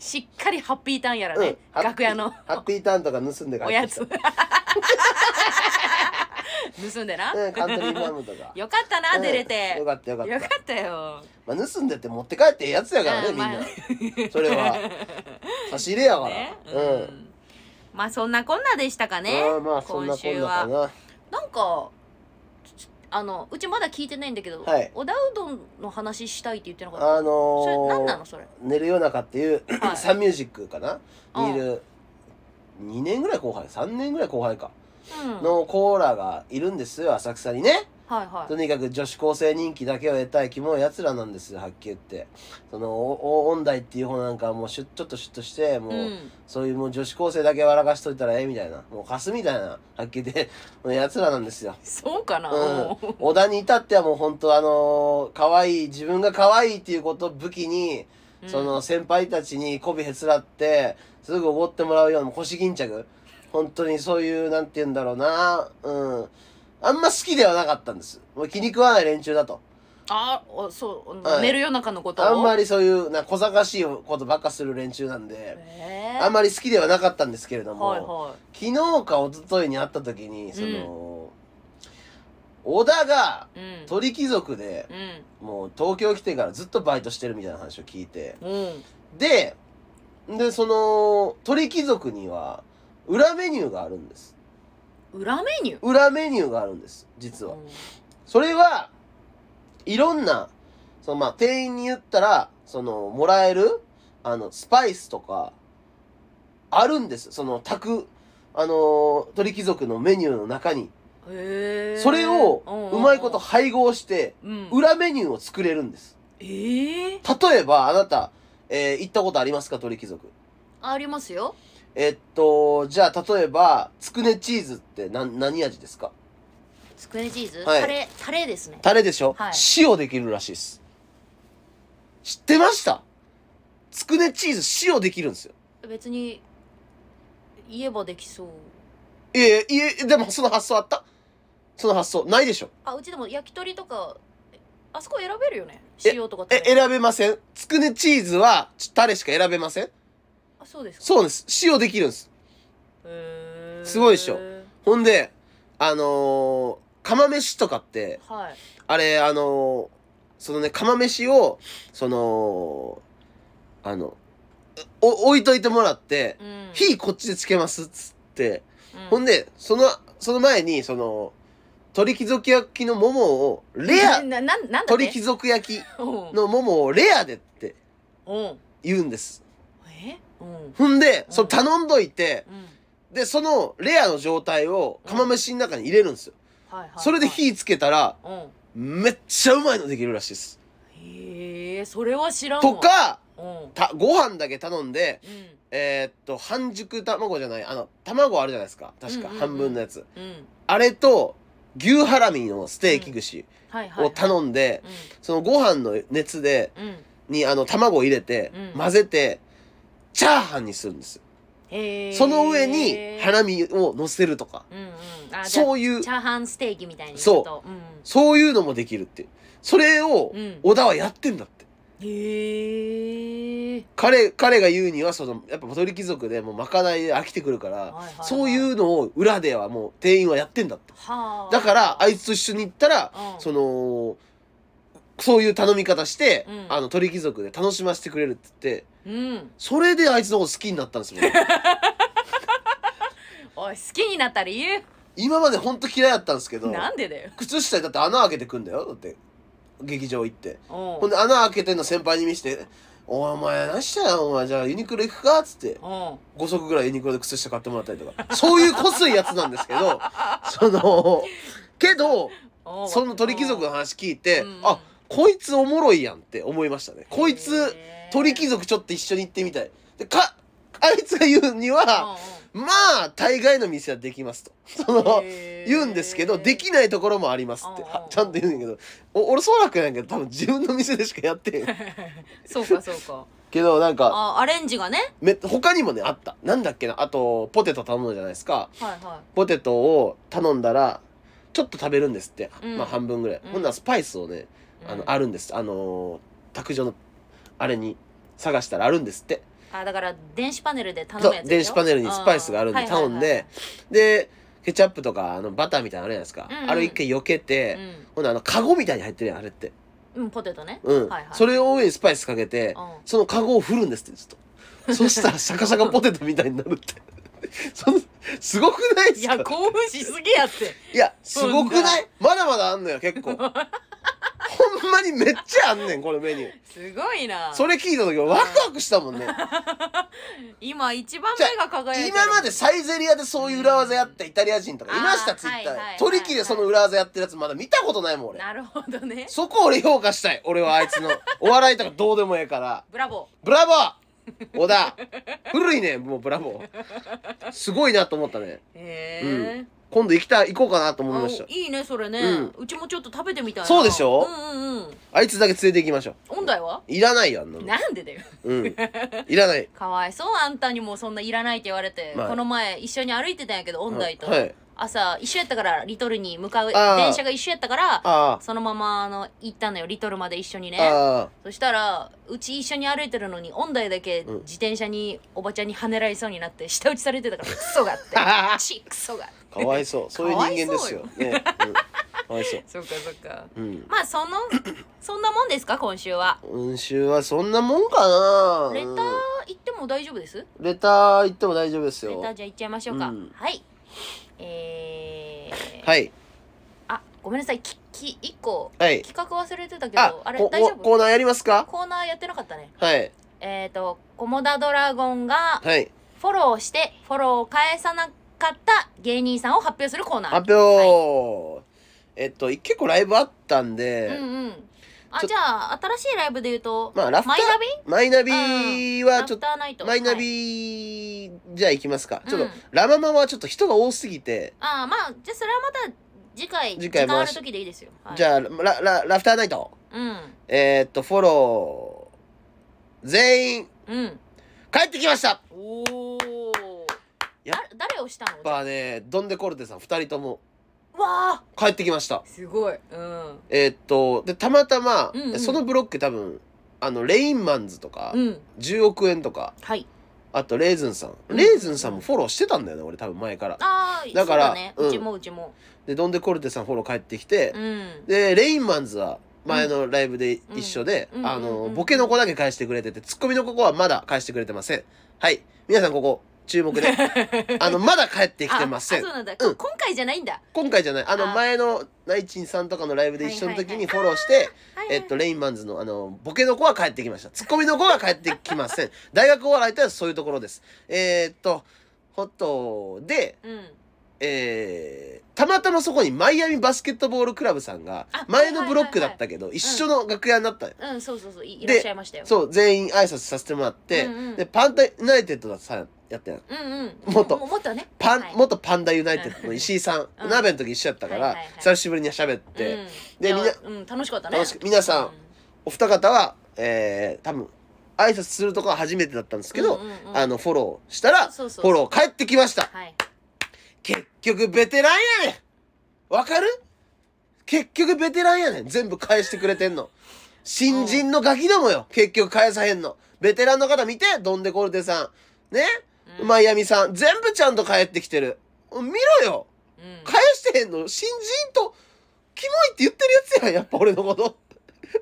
Speaker 1: しっかりハッピーターンやら
Speaker 2: うん
Speaker 1: ね、
Speaker 2: ハッ
Speaker 1: 楽
Speaker 2: ピー
Speaker 1: 屋の
Speaker 2: ハッピーターンとか盗んで帰っ
Speaker 1: お
Speaker 2: て
Speaker 1: や
Speaker 2: <laughs> き
Speaker 1: つ盗んでな、
Speaker 2: た、うん、カントリーマー
Speaker 1: <laughs>
Speaker 2: ムとか
Speaker 1: よかったな、
Speaker 2: うん
Speaker 1: 出れて
Speaker 2: よかったよかった
Speaker 1: よかったよ
Speaker 2: まあ、盗んでって持って帰ってええやつやからね、
Speaker 1: うんまあ
Speaker 2: みんなそれ
Speaker 1: <laughs>
Speaker 2: は差し入れやから、
Speaker 1: ね
Speaker 2: うん、
Speaker 1: まあそんなこんなでしたかね
Speaker 2: あーまあそんなこんなかな
Speaker 1: なんかちあのうちまだ聞いてないんだけど、
Speaker 2: はい
Speaker 1: おだうどんの話したいって言ってなかった
Speaker 2: あ
Speaker 1: それ何な
Speaker 2: の
Speaker 1: のそれ
Speaker 2: ー、寝る夜中っていう
Speaker 1: はい
Speaker 2: サンミュージックかな
Speaker 1: うん
Speaker 2: にいる2年ぐらい後輩3年ぐらい後輩か
Speaker 1: うんはい
Speaker 2: のコーラがいるんですよ浅草にね
Speaker 1: は
Speaker 2: とにかく女子高生人気だけを得たいキモいやつらなんですよはっきり言ってそのおお音大っていう方なんかはもうシュッちょっとシュッとしても、
Speaker 1: いううん
Speaker 2: そういうもう女子高生だけ笑かしといたらええみたいなもう貸すみたいなはっきり言って <laughs> もうやつらなんですよ
Speaker 1: そうかな、
Speaker 2: うん
Speaker 1: もう、
Speaker 2: 小田に至ってはもう本当あのー可愛い自分が可愛いっていうことを武器に
Speaker 1: うん
Speaker 2: その先輩たちに媚びへつらってすぐおごってもらうような腰巾着本当にそういうなんて言うんだろうなうんあんま好きではなかったんですもう気に食わない連中だと
Speaker 1: あおそう、
Speaker 2: はい
Speaker 1: 寝る夜中のこと
Speaker 2: あんま
Speaker 1: り
Speaker 2: りそういうな小賢しいことばっかする連中なんで
Speaker 1: えー、
Speaker 2: あんまり好きではなかったんですけれども、
Speaker 1: はいは
Speaker 2: 昨日か一昨日に会った時にその、小田が
Speaker 1: いうん
Speaker 2: 鳥貴族で
Speaker 1: うん
Speaker 2: もう東京来てからずっとバイトしてるみたいな話を聞いて
Speaker 1: うん
Speaker 2: ででその鳥貴族には裏メニューがあるんです
Speaker 1: 裏メニュー
Speaker 2: 裏メニューがあるんです実はそれはいろんなそのまあ店員に言ったらそのもらえるあのスパイスとかあるんですその宅あの鳥貴族のメニューの中に
Speaker 1: うんへえ
Speaker 2: それを
Speaker 1: んん
Speaker 2: うまいこと配合して
Speaker 1: うん
Speaker 2: 裏メニューを作れるんです
Speaker 1: ええ
Speaker 2: 例えばあなた、えー行ったことありますか鳥貴族
Speaker 1: ありますよ
Speaker 2: えっとじゃあ例えばつくねチーズって何何味ですか
Speaker 1: つくねチーズ、
Speaker 2: はい
Speaker 1: タレタレですね
Speaker 2: タレでしょ、
Speaker 1: はい
Speaker 2: 塩できるらしいです知ってましたつくねチーズ使用できるんですよ
Speaker 1: 別に言えばできそう
Speaker 2: いやいやいやでもその発想あったその発想ないでしょ
Speaker 1: あうちでも焼き鳥とかえあそこ選べるよね
Speaker 2: え
Speaker 1: 塩とかタ
Speaker 2: え
Speaker 1: レ
Speaker 2: 選べませんつくねチーズはちタレしか選べません
Speaker 1: あそうですか
Speaker 2: そうです使用できるんです
Speaker 1: へー
Speaker 2: すごいでしょほんであのー、釜飯とかって
Speaker 1: はい
Speaker 2: あれあのーそのね釜飯をそのあのお置いといてもらって、
Speaker 1: うん
Speaker 2: 火こっちでつけますっつって、
Speaker 1: うん
Speaker 2: ほんでそのその前にその鳥貴族焼きのももをレア
Speaker 1: なななんだって
Speaker 2: 鳥貴族焼き
Speaker 1: うん
Speaker 2: のももをレアでって
Speaker 1: うん
Speaker 2: 言うんです
Speaker 1: えうん
Speaker 2: ほんで
Speaker 1: うん
Speaker 2: それ頼んどいて
Speaker 1: うん
Speaker 2: でそのレアの状態を釜飯の中に入れるんですよ
Speaker 1: はいはいはい
Speaker 2: それで火つけたら
Speaker 1: うん
Speaker 2: めっちゃうまいのできるらしいです
Speaker 1: へえそれは知らんわ
Speaker 2: とか
Speaker 1: うんうん
Speaker 2: たご飯だけ頼んでえーっと半熟卵じゃないあの卵あるじゃないですか確か
Speaker 1: うんうんうん
Speaker 2: 半分のやつ
Speaker 1: うん
Speaker 2: あれと牛ハラミのステーキ串
Speaker 1: はいはい
Speaker 2: を頼
Speaker 1: ん
Speaker 2: んでそのご飯の熱で
Speaker 1: うんうん
Speaker 2: にあの卵を入れて
Speaker 1: うん
Speaker 2: 混ぜてチャーハンにするんですよ
Speaker 1: へえ
Speaker 2: その上にハラミを乗せるとか
Speaker 1: うんうんあじゃあ
Speaker 2: そういう
Speaker 1: チャーハンステーキみたいに
Speaker 2: そう
Speaker 1: ううん
Speaker 2: そういうのもできるっていうそれを
Speaker 1: うん
Speaker 2: 小田はやってんだって
Speaker 1: へえ
Speaker 2: 彼彼が言うにはそのやっぱ鳥貴族でもうまかないで飽きてくるから
Speaker 1: はいはいはい
Speaker 2: そういうのを裏ではもう店員はやってんだって
Speaker 1: はあ
Speaker 2: だからあいつと一緒に行ったら
Speaker 1: うん
Speaker 2: そのそういう頼み方して、
Speaker 1: うん
Speaker 2: あの鳥貴族で楽しませてくれるって言っ
Speaker 1: う
Speaker 2: て
Speaker 1: ん
Speaker 2: それであいつのこと好きになったんですよ
Speaker 1: <laughs> おい好きになった理由
Speaker 2: 今までほんと嫌いだったんですけど
Speaker 1: なんでだよ
Speaker 2: 靴下にだって穴開けてくんだよだって劇場行って
Speaker 1: お
Speaker 2: ほんで穴開けてんの先輩に見せて「お前何したよお前じゃあユニクロ行くか」っつって
Speaker 1: お
Speaker 2: 5足ぐらいユニクロで靴下買ってもらったりとかそういうこすいやつなんですけどそのけど
Speaker 1: お
Speaker 2: その鳥貴族の話聞いて、
Speaker 1: うん
Speaker 2: あこいつおもろいやんって思いましたねこいつ
Speaker 1: へー
Speaker 2: 鳥貴族ちょっと一緒に行ってみたいでかあいつが言うには、まあ大概の店はできますと <laughs> その、言うんですけど、できないところもありますって、
Speaker 1: うんうん
Speaker 2: はちゃんと言うんだけど、お俺そう楽やんけど、多分自分の店でしかやってへん。
Speaker 1: <laughs> そうかそうか
Speaker 2: けど、なんか、
Speaker 1: あアレンジがね
Speaker 2: め、他にもね、あった。なんだっけな、あと、ポテト頼むじゃないですか。
Speaker 1: はいは
Speaker 2: ポテトを頼んだら、ちょっと食べるんですって。
Speaker 1: うん
Speaker 2: まあ、半分ぐらい。
Speaker 1: うん
Speaker 2: ほんならスパイスをね、
Speaker 1: い
Speaker 2: あ
Speaker 1: うん
Speaker 2: の、あるんです。あのー卓上の、あれに、探したらあるんですって。
Speaker 1: あだから電子パネルで頼
Speaker 2: そ
Speaker 1: むや
Speaker 2: う
Speaker 1: つ
Speaker 2: 電子パネルにスパイスがあるんで頼んで、で、ケチャップとか、あの、バターみたいなのあるじゃないですか。
Speaker 1: うんうん
Speaker 2: あれを一回避けて、
Speaker 1: うん
Speaker 2: ほんならあの、カゴみたいに入ってるやん、あれって。
Speaker 1: うんポテトね
Speaker 2: うん、
Speaker 1: はいはい
Speaker 2: それを上にスパイスかけて、
Speaker 1: うん
Speaker 2: そのカゴを振るんですってずっと
Speaker 1: <laughs>
Speaker 2: そしたらシャカシャカポテトみたいになるって <laughs> そのすごくないで
Speaker 1: い
Speaker 2: すか
Speaker 1: や興奮しすぎやって
Speaker 2: いやすごくないまだまだあんのよ結
Speaker 1: <laughs>
Speaker 2: 構ほんまにめっちゃあんねんこのメニュー
Speaker 1: すごいな
Speaker 2: それ聞いた時ワクワクしたもんね
Speaker 1: 今一番目が輝いてる
Speaker 2: 今までサイゼリアでそういう裏技やったイタリア人とかいまし
Speaker 1: あ
Speaker 2: た
Speaker 1: ー
Speaker 2: ツイッタ
Speaker 1: はいはいは
Speaker 2: ー
Speaker 1: い
Speaker 2: で取り切でその裏技やってるやつまだ見たことないもん俺
Speaker 1: なるほどね
Speaker 2: そこ俺評価したい俺はあ
Speaker 1: <laughs>
Speaker 2: いつのお笑いとかどうでもええから
Speaker 1: ブラボ
Speaker 2: ブラボー小田古いねもうブラボーすごいなと思ったね
Speaker 1: ーへえ
Speaker 2: 今度行きたい行こうかなと思いました
Speaker 1: いいねそれね
Speaker 2: うん
Speaker 1: うちもちょっと食べてみたいな
Speaker 2: そうでしょ
Speaker 1: うんうんうん
Speaker 2: あいつだけ連れて行きましょう
Speaker 1: 音大はい
Speaker 2: らないよあんなの
Speaker 1: なんでだよ
Speaker 2: うんいらない
Speaker 1: かわいそうあんたにもそんないらないって言われて、
Speaker 2: はい
Speaker 1: この前一緒に歩いてたんやけど音大と、
Speaker 2: はい
Speaker 1: 朝一緒やったからリトルに向かう
Speaker 2: あー
Speaker 1: 電車が一緒やったから
Speaker 2: あ
Speaker 1: そのままあの行ったのよリトルまで一緒に
Speaker 2: あ、
Speaker 1: ね
Speaker 2: ああ
Speaker 1: そしたらうち一緒に歩いてるのに音大だけ
Speaker 2: うん
Speaker 1: 自転車におばちゃんにはねられそうになって舌打ちされてたからクソがって
Speaker 2: <laughs>
Speaker 1: チクソが
Speaker 2: かわいそうそういう人間ですよ
Speaker 1: か
Speaker 2: ね、うん、かわいそう
Speaker 1: そうかそうか
Speaker 2: うん
Speaker 1: まあそ
Speaker 2: <laughs>
Speaker 1: のそんなもんですか今週は
Speaker 2: 今週はそんなもんかな
Speaker 1: レター
Speaker 2: うん
Speaker 1: 行っても大丈夫です
Speaker 2: レター行っても大丈夫です
Speaker 1: レ
Speaker 2: よ
Speaker 1: ターじゃあ行っちゃいましょうか、
Speaker 2: うん
Speaker 1: はいえー、
Speaker 2: はい
Speaker 1: あごめんなさいきき一個
Speaker 2: はい
Speaker 1: 企画忘れてたけど
Speaker 2: あ
Speaker 1: あれ
Speaker 2: こ
Speaker 1: 大丈
Speaker 2: こコ
Speaker 1: 夫
Speaker 2: ーナーやりますか
Speaker 1: コーナーやってなかったね
Speaker 2: はい
Speaker 1: えっ、ー、と「コモダドラゴン」が
Speaker 2: はい
Speaker 1: フォローしてフォローを返さなかった芸人さんを発表するコーナー
Speaker 2: 発表、えっと結構ライブあったんで、
Speaker 1: うんうんあ
Speaker 2: ちょ
Speaker 1: じゃあ新しいライブで言うと、
Speaker 2: まあラフター
Speaker 1: マイナビ
Speaker 2: マイナビ
Speaker 1: ラ
Speaker 2: はちょ
Speaker 1: フ
Speaker 2: っ
Speaker 1: タ
Speaker 2: と、
Speaker 1: ーナイト
Speaker 2: マイナ
Speaker 1: はい
Speaker 2: ビじゃあ行きますか、ちょっ
Speaker 1: うん
Speaker 2: とラママはちょっと人が多すぎて、
Speaker 1: ああまあじゃあそれはまた次回
Speaker 2: 次回
Speaker 1: 時間ある
Speaker 2: 回し
Speaker 1: 時でいいですよ、はい、
Speaker 2: じ
Speaker 1: あ
Speaker 2: ゃあラララフターナイト
Speaker 1: うん
Speaker 2: えーっとフォロー全員
Speaker 1: ううん
Speaker 2: 帰ってきました
Speaker 1: おお
Speaker 2: や
Speaker 1: 誰をしたの
Speaker 2: やっぱねドンデコルテさん2人とも
Speaker 1: わあ
Speaker 2: 帰ってきました
Speaker 1: すごいうん
Speaker 2: えーっとでたまたま、
Speaker 1: うんうん
Speaker 2: そのブロック多分あのレインマンズとか、
Speaker 1: うん
Speaker 2: 10億円とか
Speaker 1: はい
Speaker 2: あとレーズンさん
Speaker 1: うん
Speaker 2: レーズンさんもフォローしてたんだよね俺多分前から
Speaker 1: ああ
Speaker 2: だから
Speaker 1: そうね
Speaker 2: うん
Speaker 1: うちもうちも
Speaker 2: でドンデコルテさんフォロー帰ってきて
Speaker 1: う、 <laughs> ん
Speaker 2: でレインマンズは前のライブで一緒で、
Speaker 1: うん
Speaker 2: あ
Speaker 1: うんうんうん
Speaker 2: の
Speaker 1: うん
Speaker 2: ボケの子だけ返してくれててツッコミの子はまだ返してくれてませんはい皆さんここ注目
Speaker 1: <laughs>
Speaker 2: であのまだ帰ってきてませ
Speaker 1: あ
Speaker 2: ん
Speaker 1: あそうなんだ、
Speaker 2: うん
Speaker 1: 今回じゃないんだ、
Speaker 2: 今回じゃないあの
Speaker 1: あ
Speaker 2: 前のナイチンさんとかのライブで一緒の時にフォローして、
Speaker 1: はいはい
Speaker 2: えっと、レインマンズのあのボケの子は帰ってきましたツッコミの子は帰ってきません <laughs> 大学お笑いとはそういうところですえーっとホットで、
Speaker 1: うん
Speaker 2: えーたまたまそこにマイアミバスケットボールクラブさんが
Speaker 1: あ
Speaker 2: 前のブロックだったけど、一緒の楽屋になったよ、
Speaker 1: うんそうそうそういい
Speaker 2: で
Speaker 1: らっしゃいましたよ
Speaker 2: そう全員挨拶させてもらって、
Speaker 1: うんうん
Speaker 2: でパンダユナイテッドださやってん
Speaker 1: うんうん
Speaker 2: 元
Speaker 1: ももっとね
Speaker 2: パン、
Speaker 1: はい
Speaker 2: 元パンダユナイテッドの石井さん、
Speaker 1: うん
Speaker 2: 鍋の時一緒やったから、
Speaker 1: はいはいはい
Speaker 2: 久しぶりに喋って、
Speaker 1: うん、
Speaker 2: で
Speaker 1: いや
Speaker 2: みんな
Speaker 1: うん、楽しかったね
Speaker 2: 楽しく皆さんお二方は、えー、多分挨拶するとこは初めてだったんですけど、
Speaker 1: うんうんうん
Speaker 2: あのフォローしたら
Speaker 1: そうそう
Speaker 2: フォロー帰ってきました
Speaker 1: はい
Speaker 2: 結局ベテランやねんわかる結局ベテランやねん全部返してくれてんの新人のガキどもよ結局返さへんのベテランの方見てドンデコルテさんね、
Speaker 1: うん
Speaker 2: マイアミさん全部ちゃんと帰ってきてる見ろよ
Speaker 1: うん
Speaker 2: 返してへんの新人とキモいって言ってるやつやんやっぱ俺のこと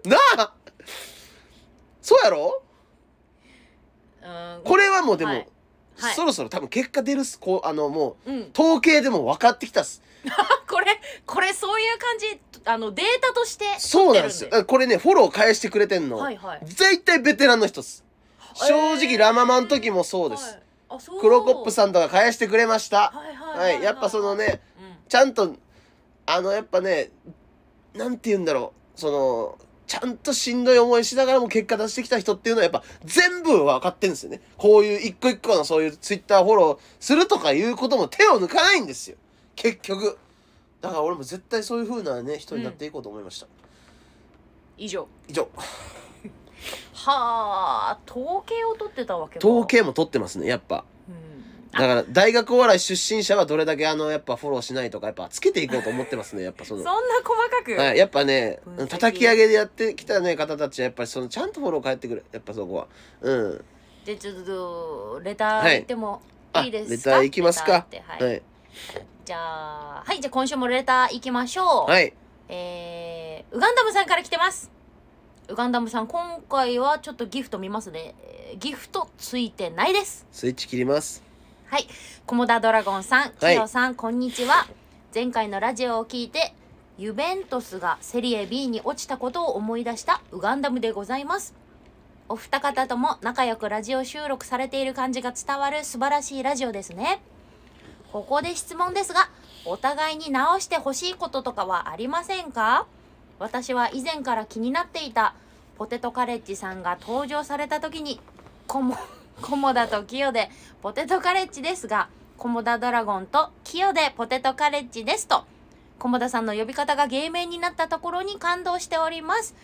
Speaker 2: なあそうやろ
Speaker 1: うん
Speaker 2: これはもうでも、
Speaker 1: はいはい
Speaker 2: そろそろ多分結果出るっすこうあのもう
Speaker 1: うん、 <laughs>
Speaker 2: 統計でも分かってきたっす
Speaker 1: これこれそういう感じあのデータとして
Speaker 2: そうなんですよ
Speaker 1: 撮っ
Speaker 2: これねフォロー返してくれてんの、
Speaker 1: はいはい
Speaker 2: 絶対ベテランの人っす正直、
Speaker 1: えー
Speaker 2: ラママの時もそう
Speaker 1: てるんで
Speaker 2: です、
Speaker 1: はいあそう
Speaker 2: クロコップさんとか返してくれました
Speaker 1: はいはい
Speaker 2: はい、やっぱそのね
Speaker 1: うん
Speaker 2: ちゃんとあのやっぱねなんて言うんだろうそのちゃんとしんどい思いしながらも結果出してきた人っていうのはやっぱ全部分かってるんですよねこういう一個一個のそういうツイッターフォローするとかいうことも手を抜かないんですよ結局だから俺も絶対そういう風なね人になっていこうと思いました、
Speaker 1: 以上
Speaker 2: 以上
Speaker 1: はあ統計を取ってたわけか
Speaker 2: 統、計も取ってますねやっぱ
Speaker 1: うん、
Speaker 2: だから大学お笑い出身者はどれだけあのやっぱフォローしないとかやっぱつけていこうと思ってますねやっぱそ
Speaker 1: そ
Speaker 2: の
Speaker 1: んな細
Speaker 2: <laughs>
Speaker 1: かく、
Speaker 2: はい、やっぱね
Speaker 1: 分析
Speaker 2: 叩き上げでやってきたね方たちはやっぱりそのちゃんとフォロー返ってくるやっぱそこはうん
Speaker 1: でちょっとレター行っても
Speaker 2: あ
Speaker 1: いいです
Speaker 2: レ
Speaker 1: か、
Speaker 2: ターいきますか
Speaker 1: レターってはい
Speaker 2: はい
Speaker 1: じゃあはいじゃあ今週もレター行きましょう、
Speaker 2: はい
Speaker 1: えー、ウガンダムさんから来てますウガンダムさん今回はちょっとギフト見ますねえーギフトついてないです
Speaker 2: スイッチ切ります
Speaker 1: はいコモダドラゴンさんキヨさん、こんにちは前回のラジオを聞いてユベントスがセリエ B に落ちたことを思い出したウガンダムでございますお二方とも仲良くラジオ収録されている感じが伝わる素晴らしいラジオですねここで質問ですがお互いに直してほしいこととかはありませんか私は以前から気になっていたポテトカレッジさんが登場された時にコ <laughs> モコモダとキヨでポテトカレッジですがコモダドラゴンとキヨでポテトカレッジですとコモダさんの呼び方が芸名になったところに感動しております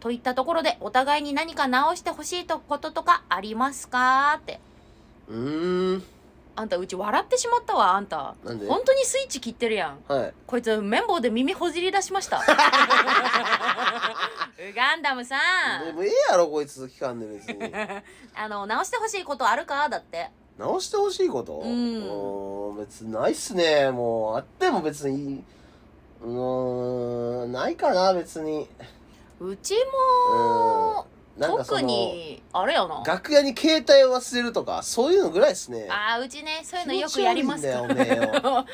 Speaker 1: といったところでお互いに何か直してほしいとこととかありますかって
Speaker 2: うーん
Speaker 1: あんたうち笑ってしまったわあんた
Speaker 2: なんで
Speaker 1: 本当にスイッチ切ってるやん
Speaker 2: はい
Speaker 1: こいつ綿棒で耳ほじり出しましたウガンダムさ
Speaker 2: で
Speaker 1: ん
Speaker 2: もええやろこいつ期間
Speaker 1: <laughs>
Speaker 2: で別に
Speaker 1: あの直してほしいことあるかだって
Speaker 2: 直してほしいこと
Speaker 1: うん
Speaker 2: ーん別にないっすねもうあっても別にうーんないかな別に
Speaker 1: うちも
Speaker 2: うんなんかその
Speaker 1: 特にあれやな
Speaker 2: 楽屋に携帯を忘れるとかそういうのぐらいですね
Speaker 1: あーうちねそういうのよくやりますか
Speaker 2: 気持ち悪いんだよおめ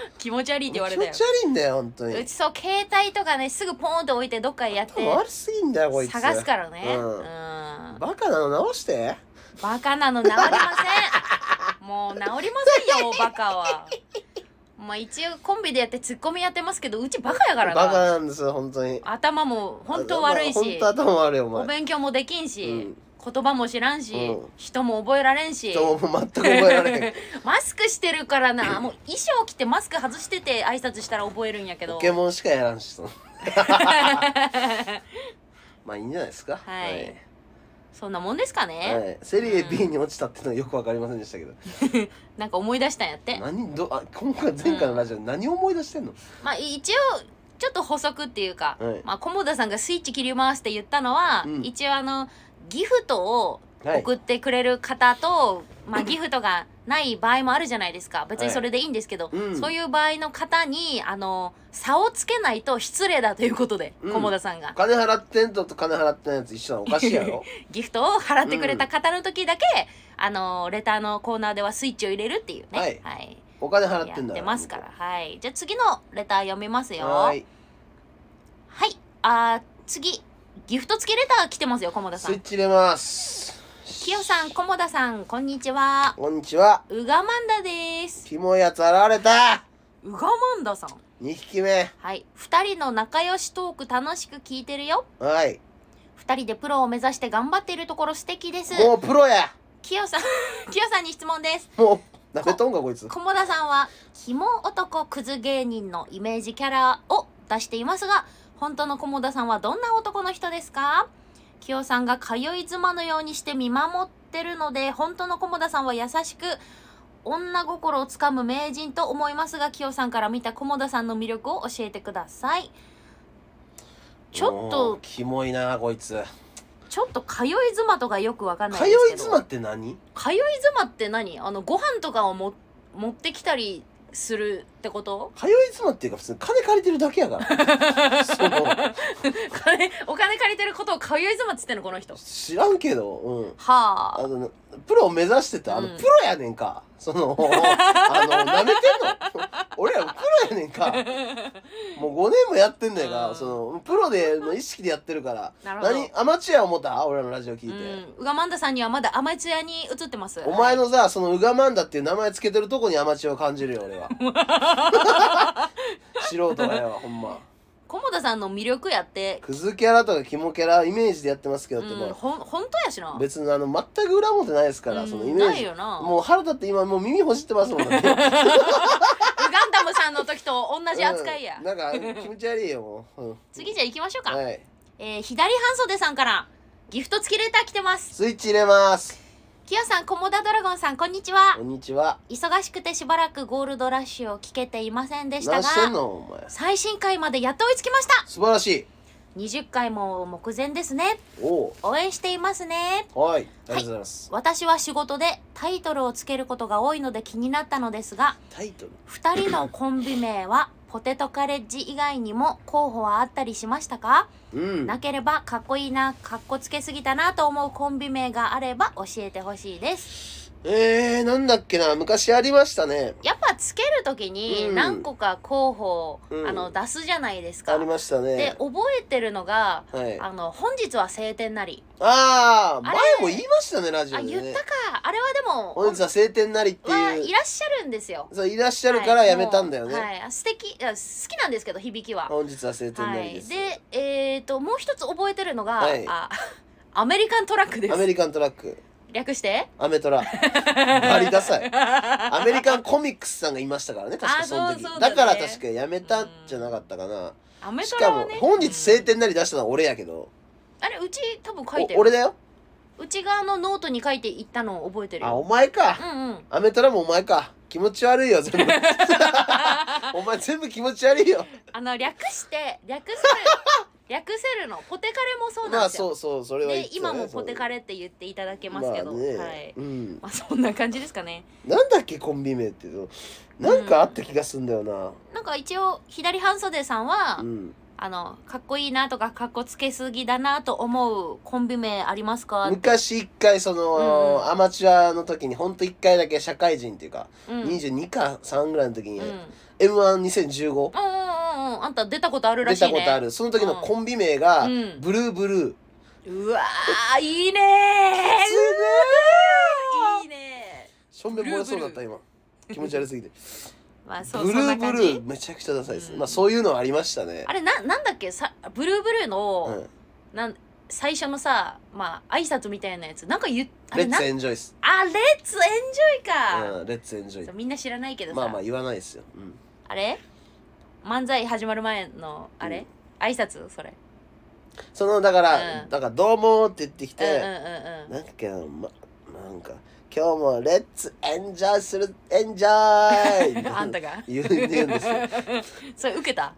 Speaker 2: え <laughs>
Speaker 1: 気持ち悪いって言われ
Speaker 2: 気
Speaker 1: た
Speaker 2: 持
Speaker 1: よ
Speaker 2: ち悪いんだよ本当に
Speaker 1: うちそう携帯とかねすぐポーンって置いてどっかやって
Speaker 2: 頭悪すぎんだよこいつ
Speaker 1: 探すからね
Speaker 2: うん
Speaker 1: うん
Speaker 2: バカなの直して
Speaker 1: バカなの治りませんもう治りま
Speaker 2: <laughs>
Speaker 1: せんよバカはまあ一応コンビでやってツッコミやってますけどうちバカやか
Speaker 2: バ
Speaker 1: ら
Speaker 2: カ
Speaker 1: な
Speaker 2: なんですよ本当に
Speaker 1: 頭も本当悪い
Speaker 2: 本
Speaker 1: し
Speaker 2: 当頭悪いお
Speaker 1: お
Speaker 2: 前
Speaker 1: 勉強もできんし、言葉も知らんし、
Speaker 2: うん
Speaker 1: 人も覚えられんし
Speaker 2: 人も全く覚えられへん
Speaker 1: <laughs> マスクしてるからなもう衣装着てマスク外してて挨拶したら覚えるんやけど
Speaker 2: ポケモンしか
Speaker 1: <laughs>
Speaker 2: やらんしそのまあいいんじゃないですか
Speaker 1: はいそんなもんですかね、
Speaker 2: はい、セリエ B に落ちたっていうのはよくわかりませんでしたけど、
Speaker 1: なんか思い出したんやって
Speaker 2: 何どあ今回前回のラジオで何思い出してんの、
Speaker 1: まあ一応ちょっと補足っていうか、
Speaker 2: はい
Speaker 1: まあ菰田さんがスイッチ切り回して言ったのは、
Speaker 2: うん
Speaker 1: 一応あのギフトを
Speaker 2: はい
Speaker 1: 送ってくれる方と、まあギフトがない場合もあるじゃないですか別にそれでいいんですけど、
Speaker 2: うん
Speaker 1: そういう場合の方にあの差をつけないと失礼だということで、
Speaker 2: うん
Speaker 1: 菰田さんが
Speaker 2: 金払ってんとと金払ってないやつ一緒なのおかしい
Speaker 1: <laughs>
Speaker 2: やろ
Speaker 1: ギフトを払ってくれた方の時だけ、あのレターのコーナーではスイッチを入れるっていうね
Speaker 2: はい
Speaker 1: はい、
Speaker 2: お金払
Speaker 1: や
Speaker 2: ってんだ
Speaker 1: ってますからはいじゃあ次のレター読みますよ
Speaker 2: はーい
Speaker 1: はい。あー次。ギフト付きレター来てますよ、菰田さ
Speaker 2: スイ
Speaker 1: ん
Speaker 2: ッ。チ入れます
Speaker 1: きよさん、菰田さん、こんにちは。
Speaker 2: こんにちは
Speaker 1: うがまんだです。
Speaker 2: キモいやつ現れた
Speaker 1: うがまんださん。
Speaker 2: 2匹目
Speaker 1: はい。二人の仲良しトーク楽しく聞いてるよ。
Speaker 2: はい
Speaker 1: 二人でプロを目指して頑張っているところ素敵です。
Speaker 2: もうプロや
Speaker 1: きよさん、 <laughs> きよさんに質問です。
Speaker 2: もうなめとんかこいつ
Speaker 1: 菰田さんは、キモ男クズ芸人のイメージキャラを出していますが、本当の菰田さんはどんな男の人ですかきよさんが通い妻のようにして見守ってるので、本当の菰田さんは優しく、女心をつかむ名人と思いますが、きよさんから見た菰田さんの魅力を教えてください。ちょっ
Speaker 2: もう
Speaker 1: と、
Speaker 2: キモいなこいつ
Speaker 1: ちょっと通い妻とかよくわかんない
Speaker 2: 通
Speaker 1: で
Speaker 2: い
Speaker 1: すけど。
Speaker 2: 妻って何
Speaker 1: 通い妻って何あのご飯とかをも持ってきたりするってこと
Speaker 2: 通い妻っていうか普通に金借りてるだけやから
Speaker 1: <laughs>
Speaker 2: その
Speaker 1: 金お金借りてることを通い妻っつってんのこの人は
Speaker 2: 知らんけどうんあ
Speaker 1: あ
Speaker 2: のプロを目指してたあの、
Speaker 1: うん
Speaker 2: プロやねんかそのあの <laughs> なめてんの俺らプロやねんかもう5年もやってんだよ
Speaker 1: う
Speaker 2: が
Speaker 1: ん
Speaker 2: そのプロでの意識でやってるから
Speaker 1: なるほど
Speaker 2: 何アマチュア思った俺らのラジオ聞
Speaker 1: う
Speaker 2: いて、
Speaker 1: ん、ウガマンダさんにはまだアマチュアに映ってます
Speaker 2: お前
Speaker 1: はい
Speaker 2: のさそのウガマンダっていう名前つけてるとこにアマチュアを感じるよ
Speaker 1: <laughs>
Speaker 2: 俺は素人がよほんま
Speaker 1: 菰田さんの魅力やって、
Speaker 2: クズキャラとかキモキャライメージでやってますけ
Speaker 1: う、
Speaker 2: どってもうん
Speaker 1: ほん本当やしな
Speaker 2: 別にあの全く裏表ないですから、
Speaker 1: うん
Speaker 2: そのイメー
Speaker 1: ない
Speaker 2: ジ
Speaker 1: よな
Speaker 2: もう腹立って今もう耳ほじってますもんだっ
Speaker 1: <laughs>
Speaker 2: て
Speaker 1: ウガンダムさんの時と同じ扱いや、
Speaker 2: うんなんか気持ち悪いよもう、うん
Speaker 1: 次じゃあ行きましょうか、
Speaker 2: はい
Speaker 1: えー左半袖さんからギフト付きレター来てます
Speaker 2: スイッチ入れます
Speaker 1: キヨさん菰田ドラゴンさんこんにちは
Speaker 2: こんにちは
Speaker 1: 忙しくてしばらくゴールドラッシュを聞けていませんでした
Speaker 2: 何してん
Speaker 1: が
Speaker 2: のお前
Speaker 1: 最新回までやっと追いつきました
Speaker 2: 素晴らしい
Speaker 1: 20回も目前ですね
Speaker 2: お
Speaker 1: 応援していますね
Speaker 2: おはいありがとうございます、
Speaker 1: 私は仕事でタイトルをつけることが多いので気になったのですが
Speaker 2: タイトル
Speaker 1: 2人のコンビ名はポテトカレッジ以外にも候補はあったりしましたか
Speaker 2: うん
Speaker 1: なければかっこいいなかっこつけすぎたなと思うコンビ名があれば教えてほしいです
Speaker 2: えー、なんだっけな昔ありましたね
Speaker 1: やっぱつける時に何個か候補、
Speaker 2: うん
Speaker 1: あの出すじゃないですか
Speaker 2: ありました
Speaker 1: で
Speaker 2: ね
Speaker 1: 覚えてるのが、
Speaker 2: はい
Speaker 1: あの本日は晴天なり
Speaker 2: ああ
Speaker 1: あ
Speaker 2: 前
Speaker 1: れ
Speaker 2: も言いましたねラジオ
Speaker 1: あ
Speaker 2: で
Speaker 1: 言っ
Speaker 2: ね
Speaker 1: たかあれはでも
Speaker 2: 本日は晴天なりって
Speaker 1: は
Speaker 2: いう
Speaker 1: いらっしゃるんですよ
Speaker 2: そういらっしゃるからやめたんだよね、
Speaker 1: はいはいあ素敵いや好きなんですけど響きは
Speaker 2: 本日は晴天
Speaker 1: は
Speaker 2: なり
Speaker 1: い
Speaker 2: です、
Speaker 1: でえっ、ともう一つ覚えてるのが、
Speaker 2: はい
Speaker 1: あアメリカントラックで
Speaker 2: アメ
Speaker 1: す
Speaker 2: リカントラック
Speaker 1: 略して
Speaker 2: アメ
Speaker 1: <laughs>
Speaker 2: トラバリダサいアメリカンコミックスさんがいましたからね確
Speaker 1: あ
Speaker 2: かその時
Speaker 1: そうそうだ
Speaker 2: だ,、
Speaker 1: ね
Speaker 2: から確かやめたんじゃなかったかな、
Speaker 1: アメ
Speaker 2: し
Speaker 1: ト
Speaker 2: か
Speaker 1: ラは
Speaker 2: も
Speaker 1: ね
Speaker 2: 本日晴
Speaker 1: うん
Speaker 2: 天なり出したのは俺やけど、
Speaker 1: あれうち多分書いて
Speaker 2: お
Speaker 1: る
Speaker 2: 俺だよ
Speaker 1: うち側のノートに書いていったのを覚えてる
Speaker 2: あ
Speaker 1: よ
Speaker 2: お前か、
Speaker 1: うんうん <laughs>
Speaker 2: アメトラもお前か気持ち悪いよ全部お前全部気持ち悪いよ
Speaker 1: あの略して略せる略せるのポテカレもそう
Speaker 2: ま
Speaker 1: なん
Speaker 2: あ
Speaker 1: ですよ、
Speaker 2: そうそうそれは言っ
Speaker 1: で
Speaker 2: てたね
Speaker 1: 今もポテカレって言っていただけますけど、
Speaker 2: まあね
Speaker 1: はい
Speaker 2: うん、
Speaker 1: まあそんな感じですかね
Speaker 2: なんだっけコンビ名っていうのなんかあった気がすんだよな
Speaker 1: なんか一応左半袖さんは、
Speaker 2: うん
Speaker 1: あのかっこいいなとかかっこつけすぎだなと思うコンビ名ありますか、うん
Speaker 2: 昔一回そ
Speaker 1: う
Speaker 2: の、
Speaker 1: ん
Speaker 2: アマチュアの時にほんと一回だけ社会人っていうか、
Speaker 1: うん、うんうんうん
Speaker 2: 22か3ぐらいの時に、
Speaker 1: うん
Speaker 2: m 1 2 0 1
Speaker 1: あんた出たことある
Speaker 2: 5
Speaker 1: ら
Speaker 2: 出
Speaker 1: しいね
Speaker 2: たことある、その時のコンビ名が、
Speaker 1: うん
Speaker 2: ブルーブルー
Speaker 1: うわーいいねー
Speaker 2: す
Speaker 1: いいね
Speaker 2: しょんべん漏れそうだった今気持ち悪すぎて
Speaker 1: ーまあ <laughs> そう
Speaker 2: ブル
Speaker 1: そんな
Speaker 2: ーブ
Speaker 1: 感
Speaker 2: ル
Speaker 1: じ
Speaker 2: ーめちゃくちゃダサいです、
Speaker 1: うん
Speaker 2: まあそういうのはありましたね
Speaker 1: あれななんだっけさブルーブルー
Speaker 2: う
Speaker 1: の、
Speaker 2: ん、
Speaker 1: なん最初のさまあ挨拶みたいなやつなんか言っあ
Speaker 2: レ
Speaker 1: れ
Speaker 2: ッ
Speaker 1: な
Speaker 2: ツエンジョイス、
Speaker 1: あレッツエンジョイか、
Speaker 2: うん、レッツエンジョイ
Speaker 1: そうみんな知らないけどさ、
Speaker 2: まあまあ言わないですよ、うん、
Speaker 1: あれ漫才始まる前のあれ、
Speaker 2: うん
Speaker 1: 挨拶それ
Speaker 2: そのだから、
Speaker 1: うん
Speaker 2: なんか「どうも」って言ってき
Speaker 1: うんうん
Speaker 2: て、なんか、ま、なんか「今日もレッツエンジョイするエンジョイ!」
Speaker 1: うんうん <laughs> あんたが
Speaker 2: 言う言うんですよ
Speaker 1: <laughs> それ受けた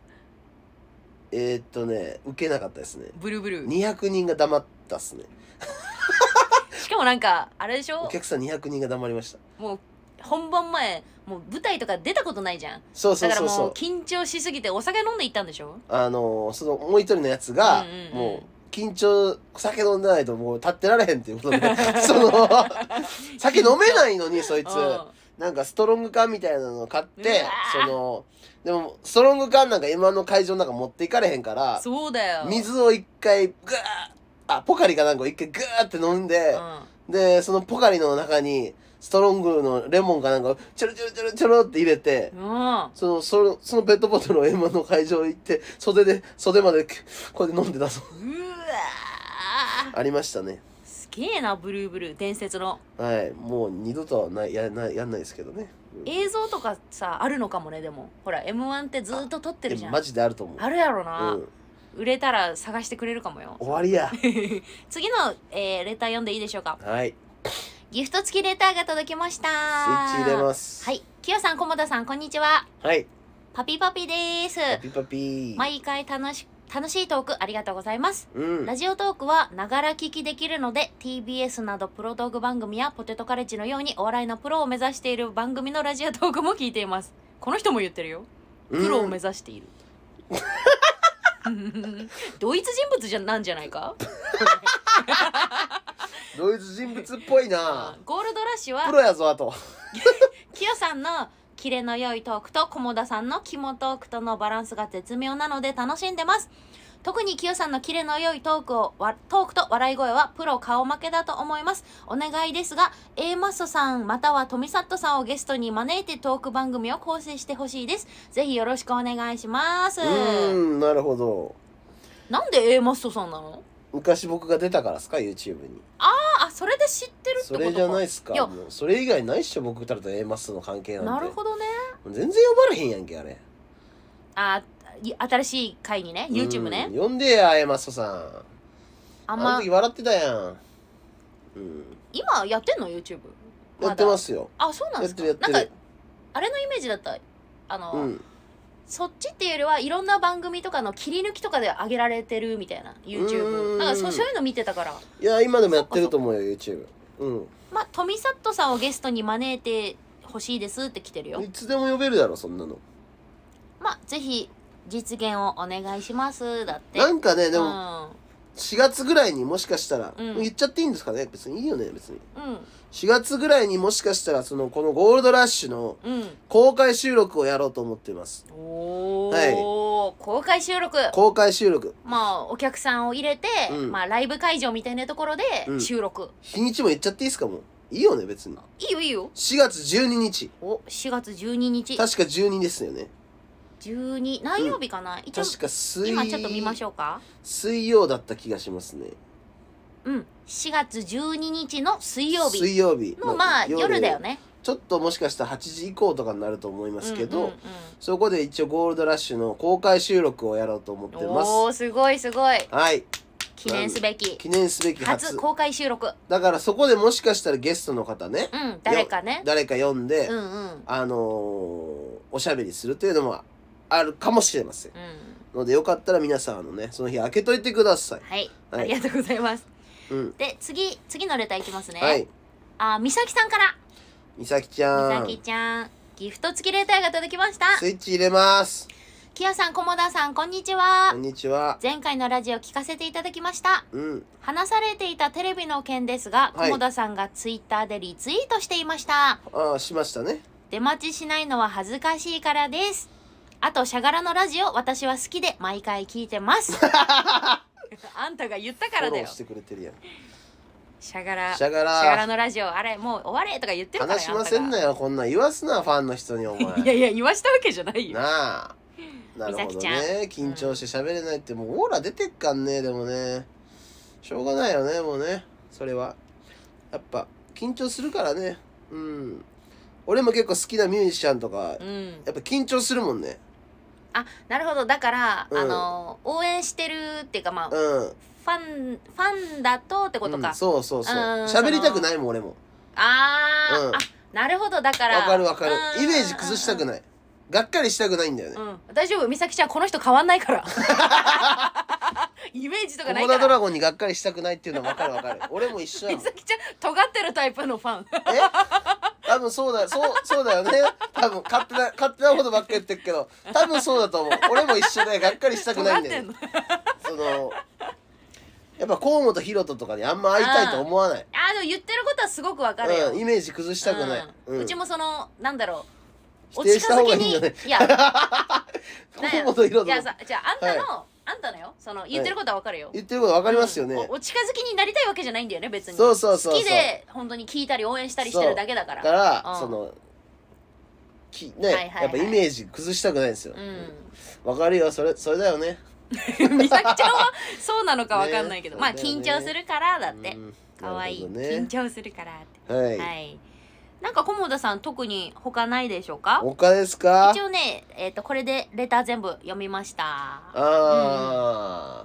Speaker 2: えーっとね受けなかったですね
Speaker 1: ブルブル
Speaker 2: 200人が黙ったっすね
Speaker 1: しかもなんかあれでし
Speaker 2: お
Speaker 1: ょ
Speaker 2: 客さん200人が黙りました
Speaker 1: もう本番前もう舞台とか出たことないじゃん
Speaker 2: そうそ
Speaker 1: だ
Speaker 2: う
Speaker 1: から
Speaker 2: そ
Speaker 1: も
Speaker 2: うそうう
Speaker 1: 緊張しすぎてお酒飲んでいったんでしょ
Speaker 2: あのーそのもう一人のやつが、
Speaker 1: うんうんうん
Speaker 2: もう緊張酒飲んでないともう立ってられへんっていうことでそ
Speaker 1: <laughs>
Speaker 2: の酒飲めないのにそいつなんかストロング缶みたいなのを買っ
Speaker 1: う
Speaker 2: て
Speaker 1: わ
Speaker 2: そのでもストロング缶なんか今の会場なんか持っていかれへんか
Speaker 1: う
Speaker 2: ら
Speaker 1: んそうだよ
Speaker 2: 水を一回グーあポカリかなんかを一回グーって飲ん
Speaker 1: う
Speaker 2: で、
Speaker 1: ん
Speaker 2: でそのポカリの中にストロングのレモンかなんかをチョロチョロチョロチョロって入れて、
Speaker 1: うん
Speaker 2: そのそのそのペットボトルを M1 の会場行って袖で袖までこうやって飲んで
Speaker 1: <laughs>
Speaker 2: たそう
Speaker 1: うわー
Speaker 2: ありましたね
Speaker 1: すげえなブルーブルー伝説の
Speaker 2: はいもう二度とはないやないやんないですけどね
Speaker 1: 映像とかさあるのかもねでもほら m 1ってずーっと撮ってるじゃ
Speaker 2: いやマ
Speaker 1: ん
Speaker 2: ジであると思う
Speaker 1: あるやろ
Speaker 2: う
Speaker 1: な、
Speaker 2: ん、
Speaker 1: 売れたら探してくれるかもよ
Speaker 2: 終わりや
Speaker 1: 次の、えーレター読んでいいでしょうか
Speaker 2: はいスイ
Speaker 1: ギフト付きレターが届きました
Speaker 2: ッチ入れます
Speaker 1: はいきよさん菰田さんこんにちは
Speaker 2: はい
Speaker 1: パピパピです
Speaker 2: パピパピ
Speaker 1: 毎回楽し楽しいトークありがとうございます
Speaker 2: うん
Speaker 1: ラジオトークはながら聞きできるので TBS などプロトーク番組やポテトカレッジのようにお笑いのプロを目指している番組のラジオトークも聞いていますこの人も言ってるよプロを目指している、 <laughs> 同一人物じゃなんじゃないか
Speaker 2: うんドイツ人物っぽ
Speaker 1: <laughs>
Speaker 2: いな
Speaker 1: ゴールドラッシュ
Speaker 2: プ
Speaker 1: は
Speaker 2: ロやぞあと
Speaker 1: キヨさんのキレの良いトークと菰田さんの肝トークとのバランスが絶妙なので楽しんでます特にキヨさんのキレの良いトークをわトークと笑い声はプロ顔負けだと思いますお願いですが A マッソさんまたは富里さんをゲストに招いてトーク番組を構成してほしいですぜひよろしくお願いします
Speaker 2: うんなるほど
Speaker 1: なんで A マッソさんなの
Speaker 2: 昔僕が出たからっすか YouTube に
Speaker 1: ああそれで知ってるって
Speaker 2: そ
Speaker 1: ことか
Speaker 2: れじゃないっすか
Speaker 1: いや
Speaker 2: もうそれ以外ないっしょ僕たらと A マスの関係なんて
Speaker 1: なるほどね
Speaker 2: 全然呼ばれへんやんけあれ
Speaker 1: あい新しい回にね YouTube ね
Speaker 2: うん呼んでや A マスさん
Speaker 1: あ
Speaker 2: あ
Speaker 1: ん
Speaker 2: の
Speaker 1: ま
Speaker 2: 時笑ってたやんうん
Speaker 1: 今やってんの YouTube
Speaker 2: やってますよ
Speaker 1: あそうなん
Speaker 2: や
Speaker 1: で
Speaker 2: っ
Speaker 1: す
Speaker 2: て
Speaker 1: か
Speaker 2: るやって
Speaker 1: なん
Speaker 2: る
Speaker 1: かあれのイメージだったあの、
Speaker 2: うん
Speaker 1: そっちっていうよりはいろんな番組とかの切り抜きとかで上げられてるみたいな
Speaker 2: う
Speaker 1: YouTube
Speaker 2: ん
Speaker 1: なんかそうそういうの見てたから
Speaker 2: いや今でもやってると思うよ YouTube うん
Speaker 1: まあ富里さんをゲストに招いてほしいですって来てるよ
Speaker 2: いつでも呼べるだろそんなの
Speaker 1: まあぜひ実現をお願いしますだって
Speaker 2: なんかねでも
Speaker 1: も
Speaker 2: 4月ぐらいにもしかしたら、
Speaker 1: うん
Speaker 2: 言っちゃっていいんですかね別にいいよね別に
Speaker 1: うん
Speaker 2: 4月ぐらいにもしかしたらそのこのゴールドラッシュの
Speaker 1: うん
Speaker 2: 公開収録をやろうと思っています
Speaker 1: おお、
Speaker 2: はい
Speaker 1: 公開収録
Speaker 2: 公開収録
Speaker 1: まあお客さんを入れて、
Speaker 2: うん
Speaker 1: まあライブ会場みたいなところで
Speaker 2: うん
Speaker 1: 収録、
Speaker 2: 日にちも言っちゃっていいですかもういいよね別に
Speaker 1: いいよいいよ
Speaker 2: 4月12日
Speaker 1: お4月12日
Speaker 2: 確か12ですよね
Speaker 1: 12何曜日かな、一応
Speaker 2: 確か水
Speaker 1: 今ちょっと見ましょうか
Speaker 2: 水曜だった気がしますね
Speaker 1: うん4月12日の水曜日
Speaker 2: 水曜日
Speaker 1: のまあ夜だよね
Speaker 2: ちょっともしかしたら8時以降とかになると思いますけど、
Speaker 1: うんうんうん
Speaker 2: そこで一応ゴールドラッシュの公開収録をやろうと思ってま
Speaker 1: おー
Speaker 2: す
Speaker 1: すごいすごい
Speaker 2: はい
Speaker 1: 記念すべき
Speaker 2: 記念すべき初
Speaker 1: 初公開収録
Speaker 2: だからそこでもしかしたらゲストの方ね
Speaker 1: うん誰かね
Speaker 2: 誰か呼んで、
Speaker 1: うんうん
Speaker 2: あのーおしゃべりするというのもあるかもしれません
Speaker 1: うん
Speaker 2: のでよかったら皆さんあのねその日開けといてください
Speaker 1: はい、
Speaker 2: はい
Speaker 1: ありがとうございます
Speaker 2: うん
Speaker 1: で次次のレターいきますね、
Speaker 2: はい
Speaker 1: あみさきさんから
Speaker 2: みさきちゃ
Speaker 1: みさ
Speaker 2: ん
Speaker 1: きちゃんギフト付きレターが届きました
Speaker 2: スイッチ入れます
Speaker 1: きよさんこもださんこんにちは
Speaker 2: こんにちは
Speaker 1: 前回のラジオ聞かせていただきました
Speaker 2: うん
Speaker 1: 話されていたテレビの件ですが、
Speaker 2: はい
Speaker 1: 菰田さんがツイッターでリツイートしていました
Speaker 2: ああしましたね
Speaker 1: 出待ちしないのは恥ずかしいからですあとしゃがらのラジオ私は好きで毎回聞いてます
Speaker 2: <laughs>
Speaker 1: あんたが言ったか
Speaker 2: フ
Speaker 1: ら
Speaker 2: ォロ
Speaker 1: だよ
Speaker 2: ーしてくれてるやん
Speaker 1: しゃがら
Speaker 2: しゃがら
Speaker 1: しゃがらのラジオあれもう終われとか言ってるからよ
Speaker 2: 話しませんなよこんなん言わすなファンの人にお
Speaker 1: あんたがいや
Speaker 2: 前
Speaker 1: いや言わしたわけじゃないよ
Speaker 2: なあなる
Speaker 1: みさ
Speaker 2: ほど
Speaker 1: きちゃん
Speaker 2: ね緊張して喋れないってもうオーラ出てっかんねでもねしょうがないよねもうねそれはやっぱ緊張するからねうん俺も結構好きなミュージシャンとか
Speaker 1: うん
Speaker 2: やっぱ緊張するもんね
Speaker 1: あなるほどだから、
Speaker 2: うん
Speaker 1: あの応援してるっていうかまあ、フ
Speaker 2: うん
Speaker 1: ァンファンだとってことか、
Speaker 2: うんそうそうそう
Speaker 1: うん
Speaker 2: 喋りたくないもん俺も
Speaker 1: あー、
Speaker 2: うん
Speaker 1: あなるほどだから
Speaker 2: わかるわかる
Speaker 1: うん
Speaker 2: イメージ崩したくないがっかりしたくないんだよね
Speaker 1: うん、大丈夫美咲ちゃんこの人変わんないからイメージとかな
Speaker 2: コ
Speaker 1: いか
Speaker 2: モダド
Speaker 1: ら
Speaker 2: ラゴンにがっかりしたくないっていうのはわかるわかる俺も一緒や
Speaker 1: 美
Speaker 2: もん
Speaker 1: 咲ちゃん尖ってるタイプのファン
Speaker 2: え多分そうだそうそうだよね多分勝手な勝手なことばっかり言ってるけど多分そうだと思う俺も一緒でがっかりしたくな
Speaker 1: 尖
Speaker 2: い
Speaker 1: ってん
Speaker 2: んだよね
Speaker 1: の
Speaker 2: そのやっぱ河本大翔とかにあんま会いたいと思わない、
Speaker 1: あーでも言ってることはすごくわかるよ、
Speaker 2: うん、イメージ崩したくない、
Speaker 1: うんうちもそのなんだろう
Speaker 2: 否定した方がいいんじゃない
Speaker 1: お近づきにいや
Speaker 2: 河 <laughs> 本大翔
Speaker 1: いやさじゃああんたの、
Speaker 2: は
Speaker 1: あんたのよその言ってることはわかるよ、
Speaker 2: 言ってることわかりますよね、
Speaker 1: おお近づきになりたいわけじゃないんだよね別に
Speaker 2: そうそうそうそう
Speaker 1: 好きで本当に聞いたり応援したりしてるだけだから
Speaker 2: だから、
Speaker 1: うん
Speaker 2: そのきね、
Speaker 1: はいはいはい
Speaker 2: やっぱイメージ崩したくないんですよ
Speaker 1: う
Speaker 2: わ、かるよそれそれだよね
Speaker 1: ん <laughs> 美咲ちゃんはそうなのかわかんないけど、
Speaker 2: ね
Speaker 1: まあ
Speaker 2: そうだよ
Speaker 1: 緊
Speaker 2: ね
Speaker 1: 張するからだって
Speaker 2: うん
Speaker 1: 可愛、いい、
Speaker 2: な
Speaker 1: 緊
Speaker 2: る
Speaker 1: 張するからって
Speaker 2: ほどねはい、
Speaker 1: はいなんか菰田さん特に他ないでしょうか
Speaker 2: 他ですか
Speaker 1: 一応ねえっ、とこれでレター全部読みました
Speaker 2: ああ、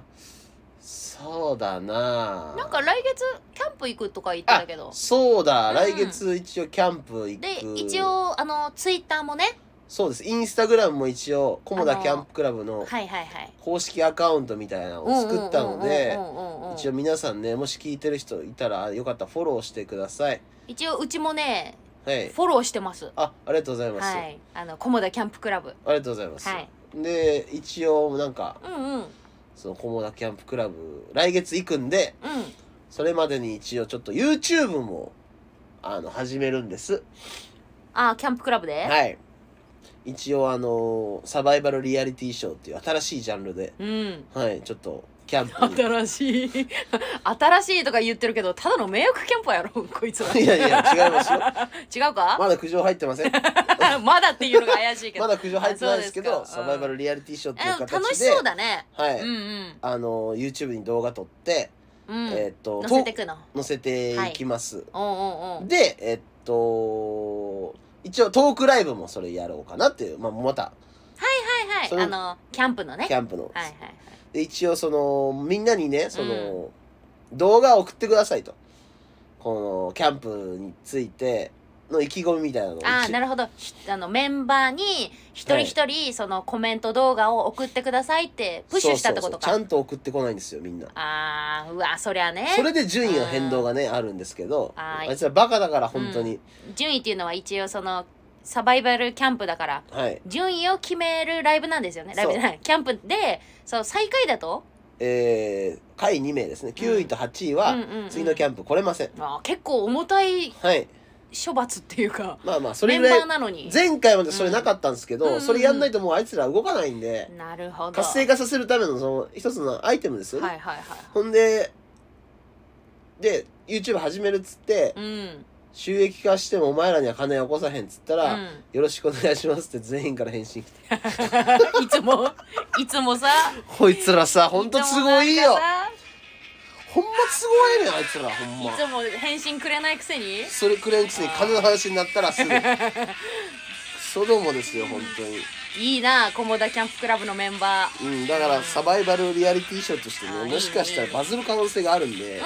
Speaker 2: そうだな
Speaker 1: なんか来月キャンプ行くとか言ってたけど
Speaker 2: そうだ、
Speaker 1: うん
Speaker 2: 来月一応キャンプ行く
Speaker 1: で一応あのツイッターもね
Speaker 2: そうですインスタグラムも一応菰田キャンプクラブの
Speaker 1: はいはいはい
Speaker 2: 公式アカウントみたいなのを作ったので一応皆さんねもし聞いてる人いたらよかったらフォローしてください
Speaker 1: 一応うちもね
Speaker 2: はい
Speaker 1: フォローしてます
Speaker 2: あありがとうございます、
Speaker 1: はいあの菰田キャンプクラブ
Speaker 2: ありがとうございます、
Speaker 1: はい
Speaker 2: で一応なんか
Speaker 1: うんうんうん
Speaker 2: その菰田キャンプクラブ来月行くんでそれまでに一応ちょっと YouTube もあの始めるんです
Speaker 1: あキャンプクラブで、
Speaker 2: はい一応あのサバイバルリアリティショーっていう新しいジャンルで
Speaker 1: うん
Speaker 2: はいちょっとキャンプ
Speaker 1: 新しい新しいとか言ってるけどただの迷惑キャンパーやろこいつは
Speaker 2: にいやいや違いますよ
Speaker 1: 違うか、
Speaker 2: まだ苦情入ってません
Speaker 1: <laughs> まだっていうのが怪しいけど
Speaker 2: まだ苦情入ってないですけ
Speaker 1: そう
Speaker 2: ど
Speaker 1: ですか
Speaker 2: サバイバルリアリティショーっていう
Speaker 1: うん
Speaker 2: 形で
Speaker 1: 楽しそうだね
Speaker 2: は
Speaker 1: う
Speaker 2: い、
Speaker 1: んうん
Speaker 2: あの YouTube に動画撮って、
Speaker 1: うん、
Speaker 2: えーっと
Speaker 1: 乗せてくの
Speaker 2: と載せていきます、
Speaker 1: おうんうんうん
Speaker 2: でえっと一応トークライブもそれやろうかなっていう、まあ、また
Speaker 1: はい
Speaker 2: そ
Speaker 1: はい
Speaker 2: れ
Speaker 1: あのキャンプのね
Speaker 2: キャンプの、
Speaker 1: はいはいはい
Speaker 2: で一応そのみんなにねその、動画を送ってくださいとこのキャンプについての意気込みみたいなのを
Speaker 1: あー
Speaker 2: 一
Speaker 1: なるほどひあのメンバーに一人一人そのコメント動画を送ってくださいってプッシュしたってことか
Speaker 2: そうそうそうちゃんと送ってこないんですよみんな
Speaker 1: あーうわそりゃね
Speaker 2: それで順位の変動がねあるんですけど
Speaker 1: は
Speaker 2: あ
Speaker 1: い
Speaker 2: いつらバカだから本当に、
Speaker 1: 順位っていうのは一応そのサバイバルキャンプだから
Speaker 2: はい
Speaker 1: 順位を決めるライブなんですよねライブじゃないキャンプでそう最下位だと
Speaker 2: えー、下位2名ですね9位と8位は
Speaker 1: うんうんうん
Speaker 2: 次のキャンプ来れません、
Speaker 1: あー結構重たい
Speaker 2: はい
Speaker 1: 処罰っていうか
Speaker 2: まあまあそ
Speaker 1: メ
Speaker 2: れ
Speaker 1: ン
Speaker 2: ぐ
Speaker 1: バ
Speaker 2: らい
Speaker 1: ーなのに
Speaker 2: 前回までそれなかったんですけ
Speaker 1: うんうん
Speaker 2: ど、
Speaker 1: うん
Speaker 2: それやんないともうあいつら動かないんで、
Speaker 1: なるほど
Speaker 2: 活性化させるためのその一つのアイテムですよね、
Speaker 1: はいはいはい
Speaker 2: ほんでで YouTube 始めるっつって、
Speaker 1: うん
Speaker 2: 収益化してもお前らには金は起こさへんっつったら、
Speaker 1: うん
Speaker 2: よろしくお願いしますって全員から返信来て
Speaker 1: いつも <laughs> いつもさ
Speaker 2: こいつ
Speaker 1: <laughs>
Speaker 2: らさほんと都合いいよ
Speaker 1: い
Speaker 2: ほんま都合いいねんあいつらほんま
Speaker 1: つも返信くれないくせに
Speaker 2: それくれんくせに金の話になったらすぐクソどもですよ本当に
Speaker 1: いいなコモダキャンプクラブのメンバー
Speaker 2: うん、だからサバイバルリアリティショーとして
Speaker 1: あー
Speaker 2: ねもしかし
Speaker 1: い
Speaker 2: た
Speaker 1: い
Speaker 2: ら
Speaker 1: ね
Speaker 2: バズる可能性があるんで、
Speaker 1: うん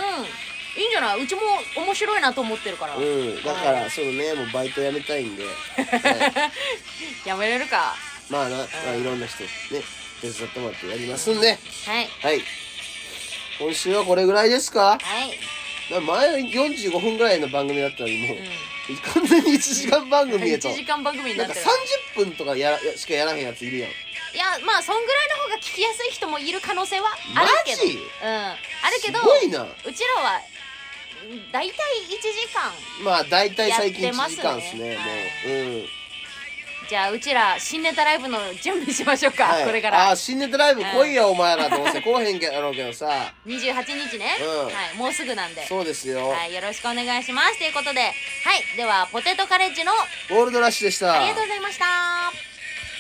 Speaker 1: いいんじゃないうちも面白いなと思ってるから、
Speaker 2: うん、だからそのねもうバイト辞めたい
Speaker 1: <laughs>
Speaker 2: んで、はい
Speaker 1: やめれるか
Speaker 2: まあな、まあ、いろんな人ね手伝ってもらってやりますんで、
Speaker 1: はい
Speaker 2: はい今週はこれぐらいです
Speaker 1: は
Speaker 2: か
Speaker 1: い、
Speaker 2: だ前45分ぐらいの番組だったのにもう、
Speaker 1: う
Speaker 2: 完全に1時間番
Speaker 1: ん、
Speaker 2: 組へ
Speaker 1: 1
Speaker 2: と
Speaker 1: 時間番組に
Speaker 2: な
Speaker 1: なんっ
Speaker 2: か
Speaker 1: てる
Speaker 2: 30分とかやらやしかやらへんやついるやん
Speaker 1: いやまあそんぐらいの方が聞きやすい人もいる可能性はあるけど
Speaker 2: マ
Speaker 1: う
Speaker 2: ジ
Speaker 1: んあるけど
Speaker 2: すごいな
Speaker 1: うちらはうん大体1時間
Speaker 2: まあ大体最近
Speaker 1: やってま
Speaker 2: 1
Speaker 1: す
Speaker 2: 時
Speaker 1: ね
Speaker 2: 間ですねもううん
Speaker 1: じゃあうちら新ネタライブの準備しましょうか、
Speaker 2: はい
Speaker 1: これか
Speaker 2: あ
Speaker 1: ら
Speaker 2: ー新ネタライブ来いよお前らどうせ来おへんやろうけどさ
Speaker 1: 28日ね、
Speaker 2: うん
Speaker 1: はい、もうすぐなんで
Speaker 2: そうですよ、
Speaker 1: はい、よろしくお願いしますということではいではポテトカレッジの
Speaker 2: ゴールドラッシュでした
Speaker 1: ありがとうございました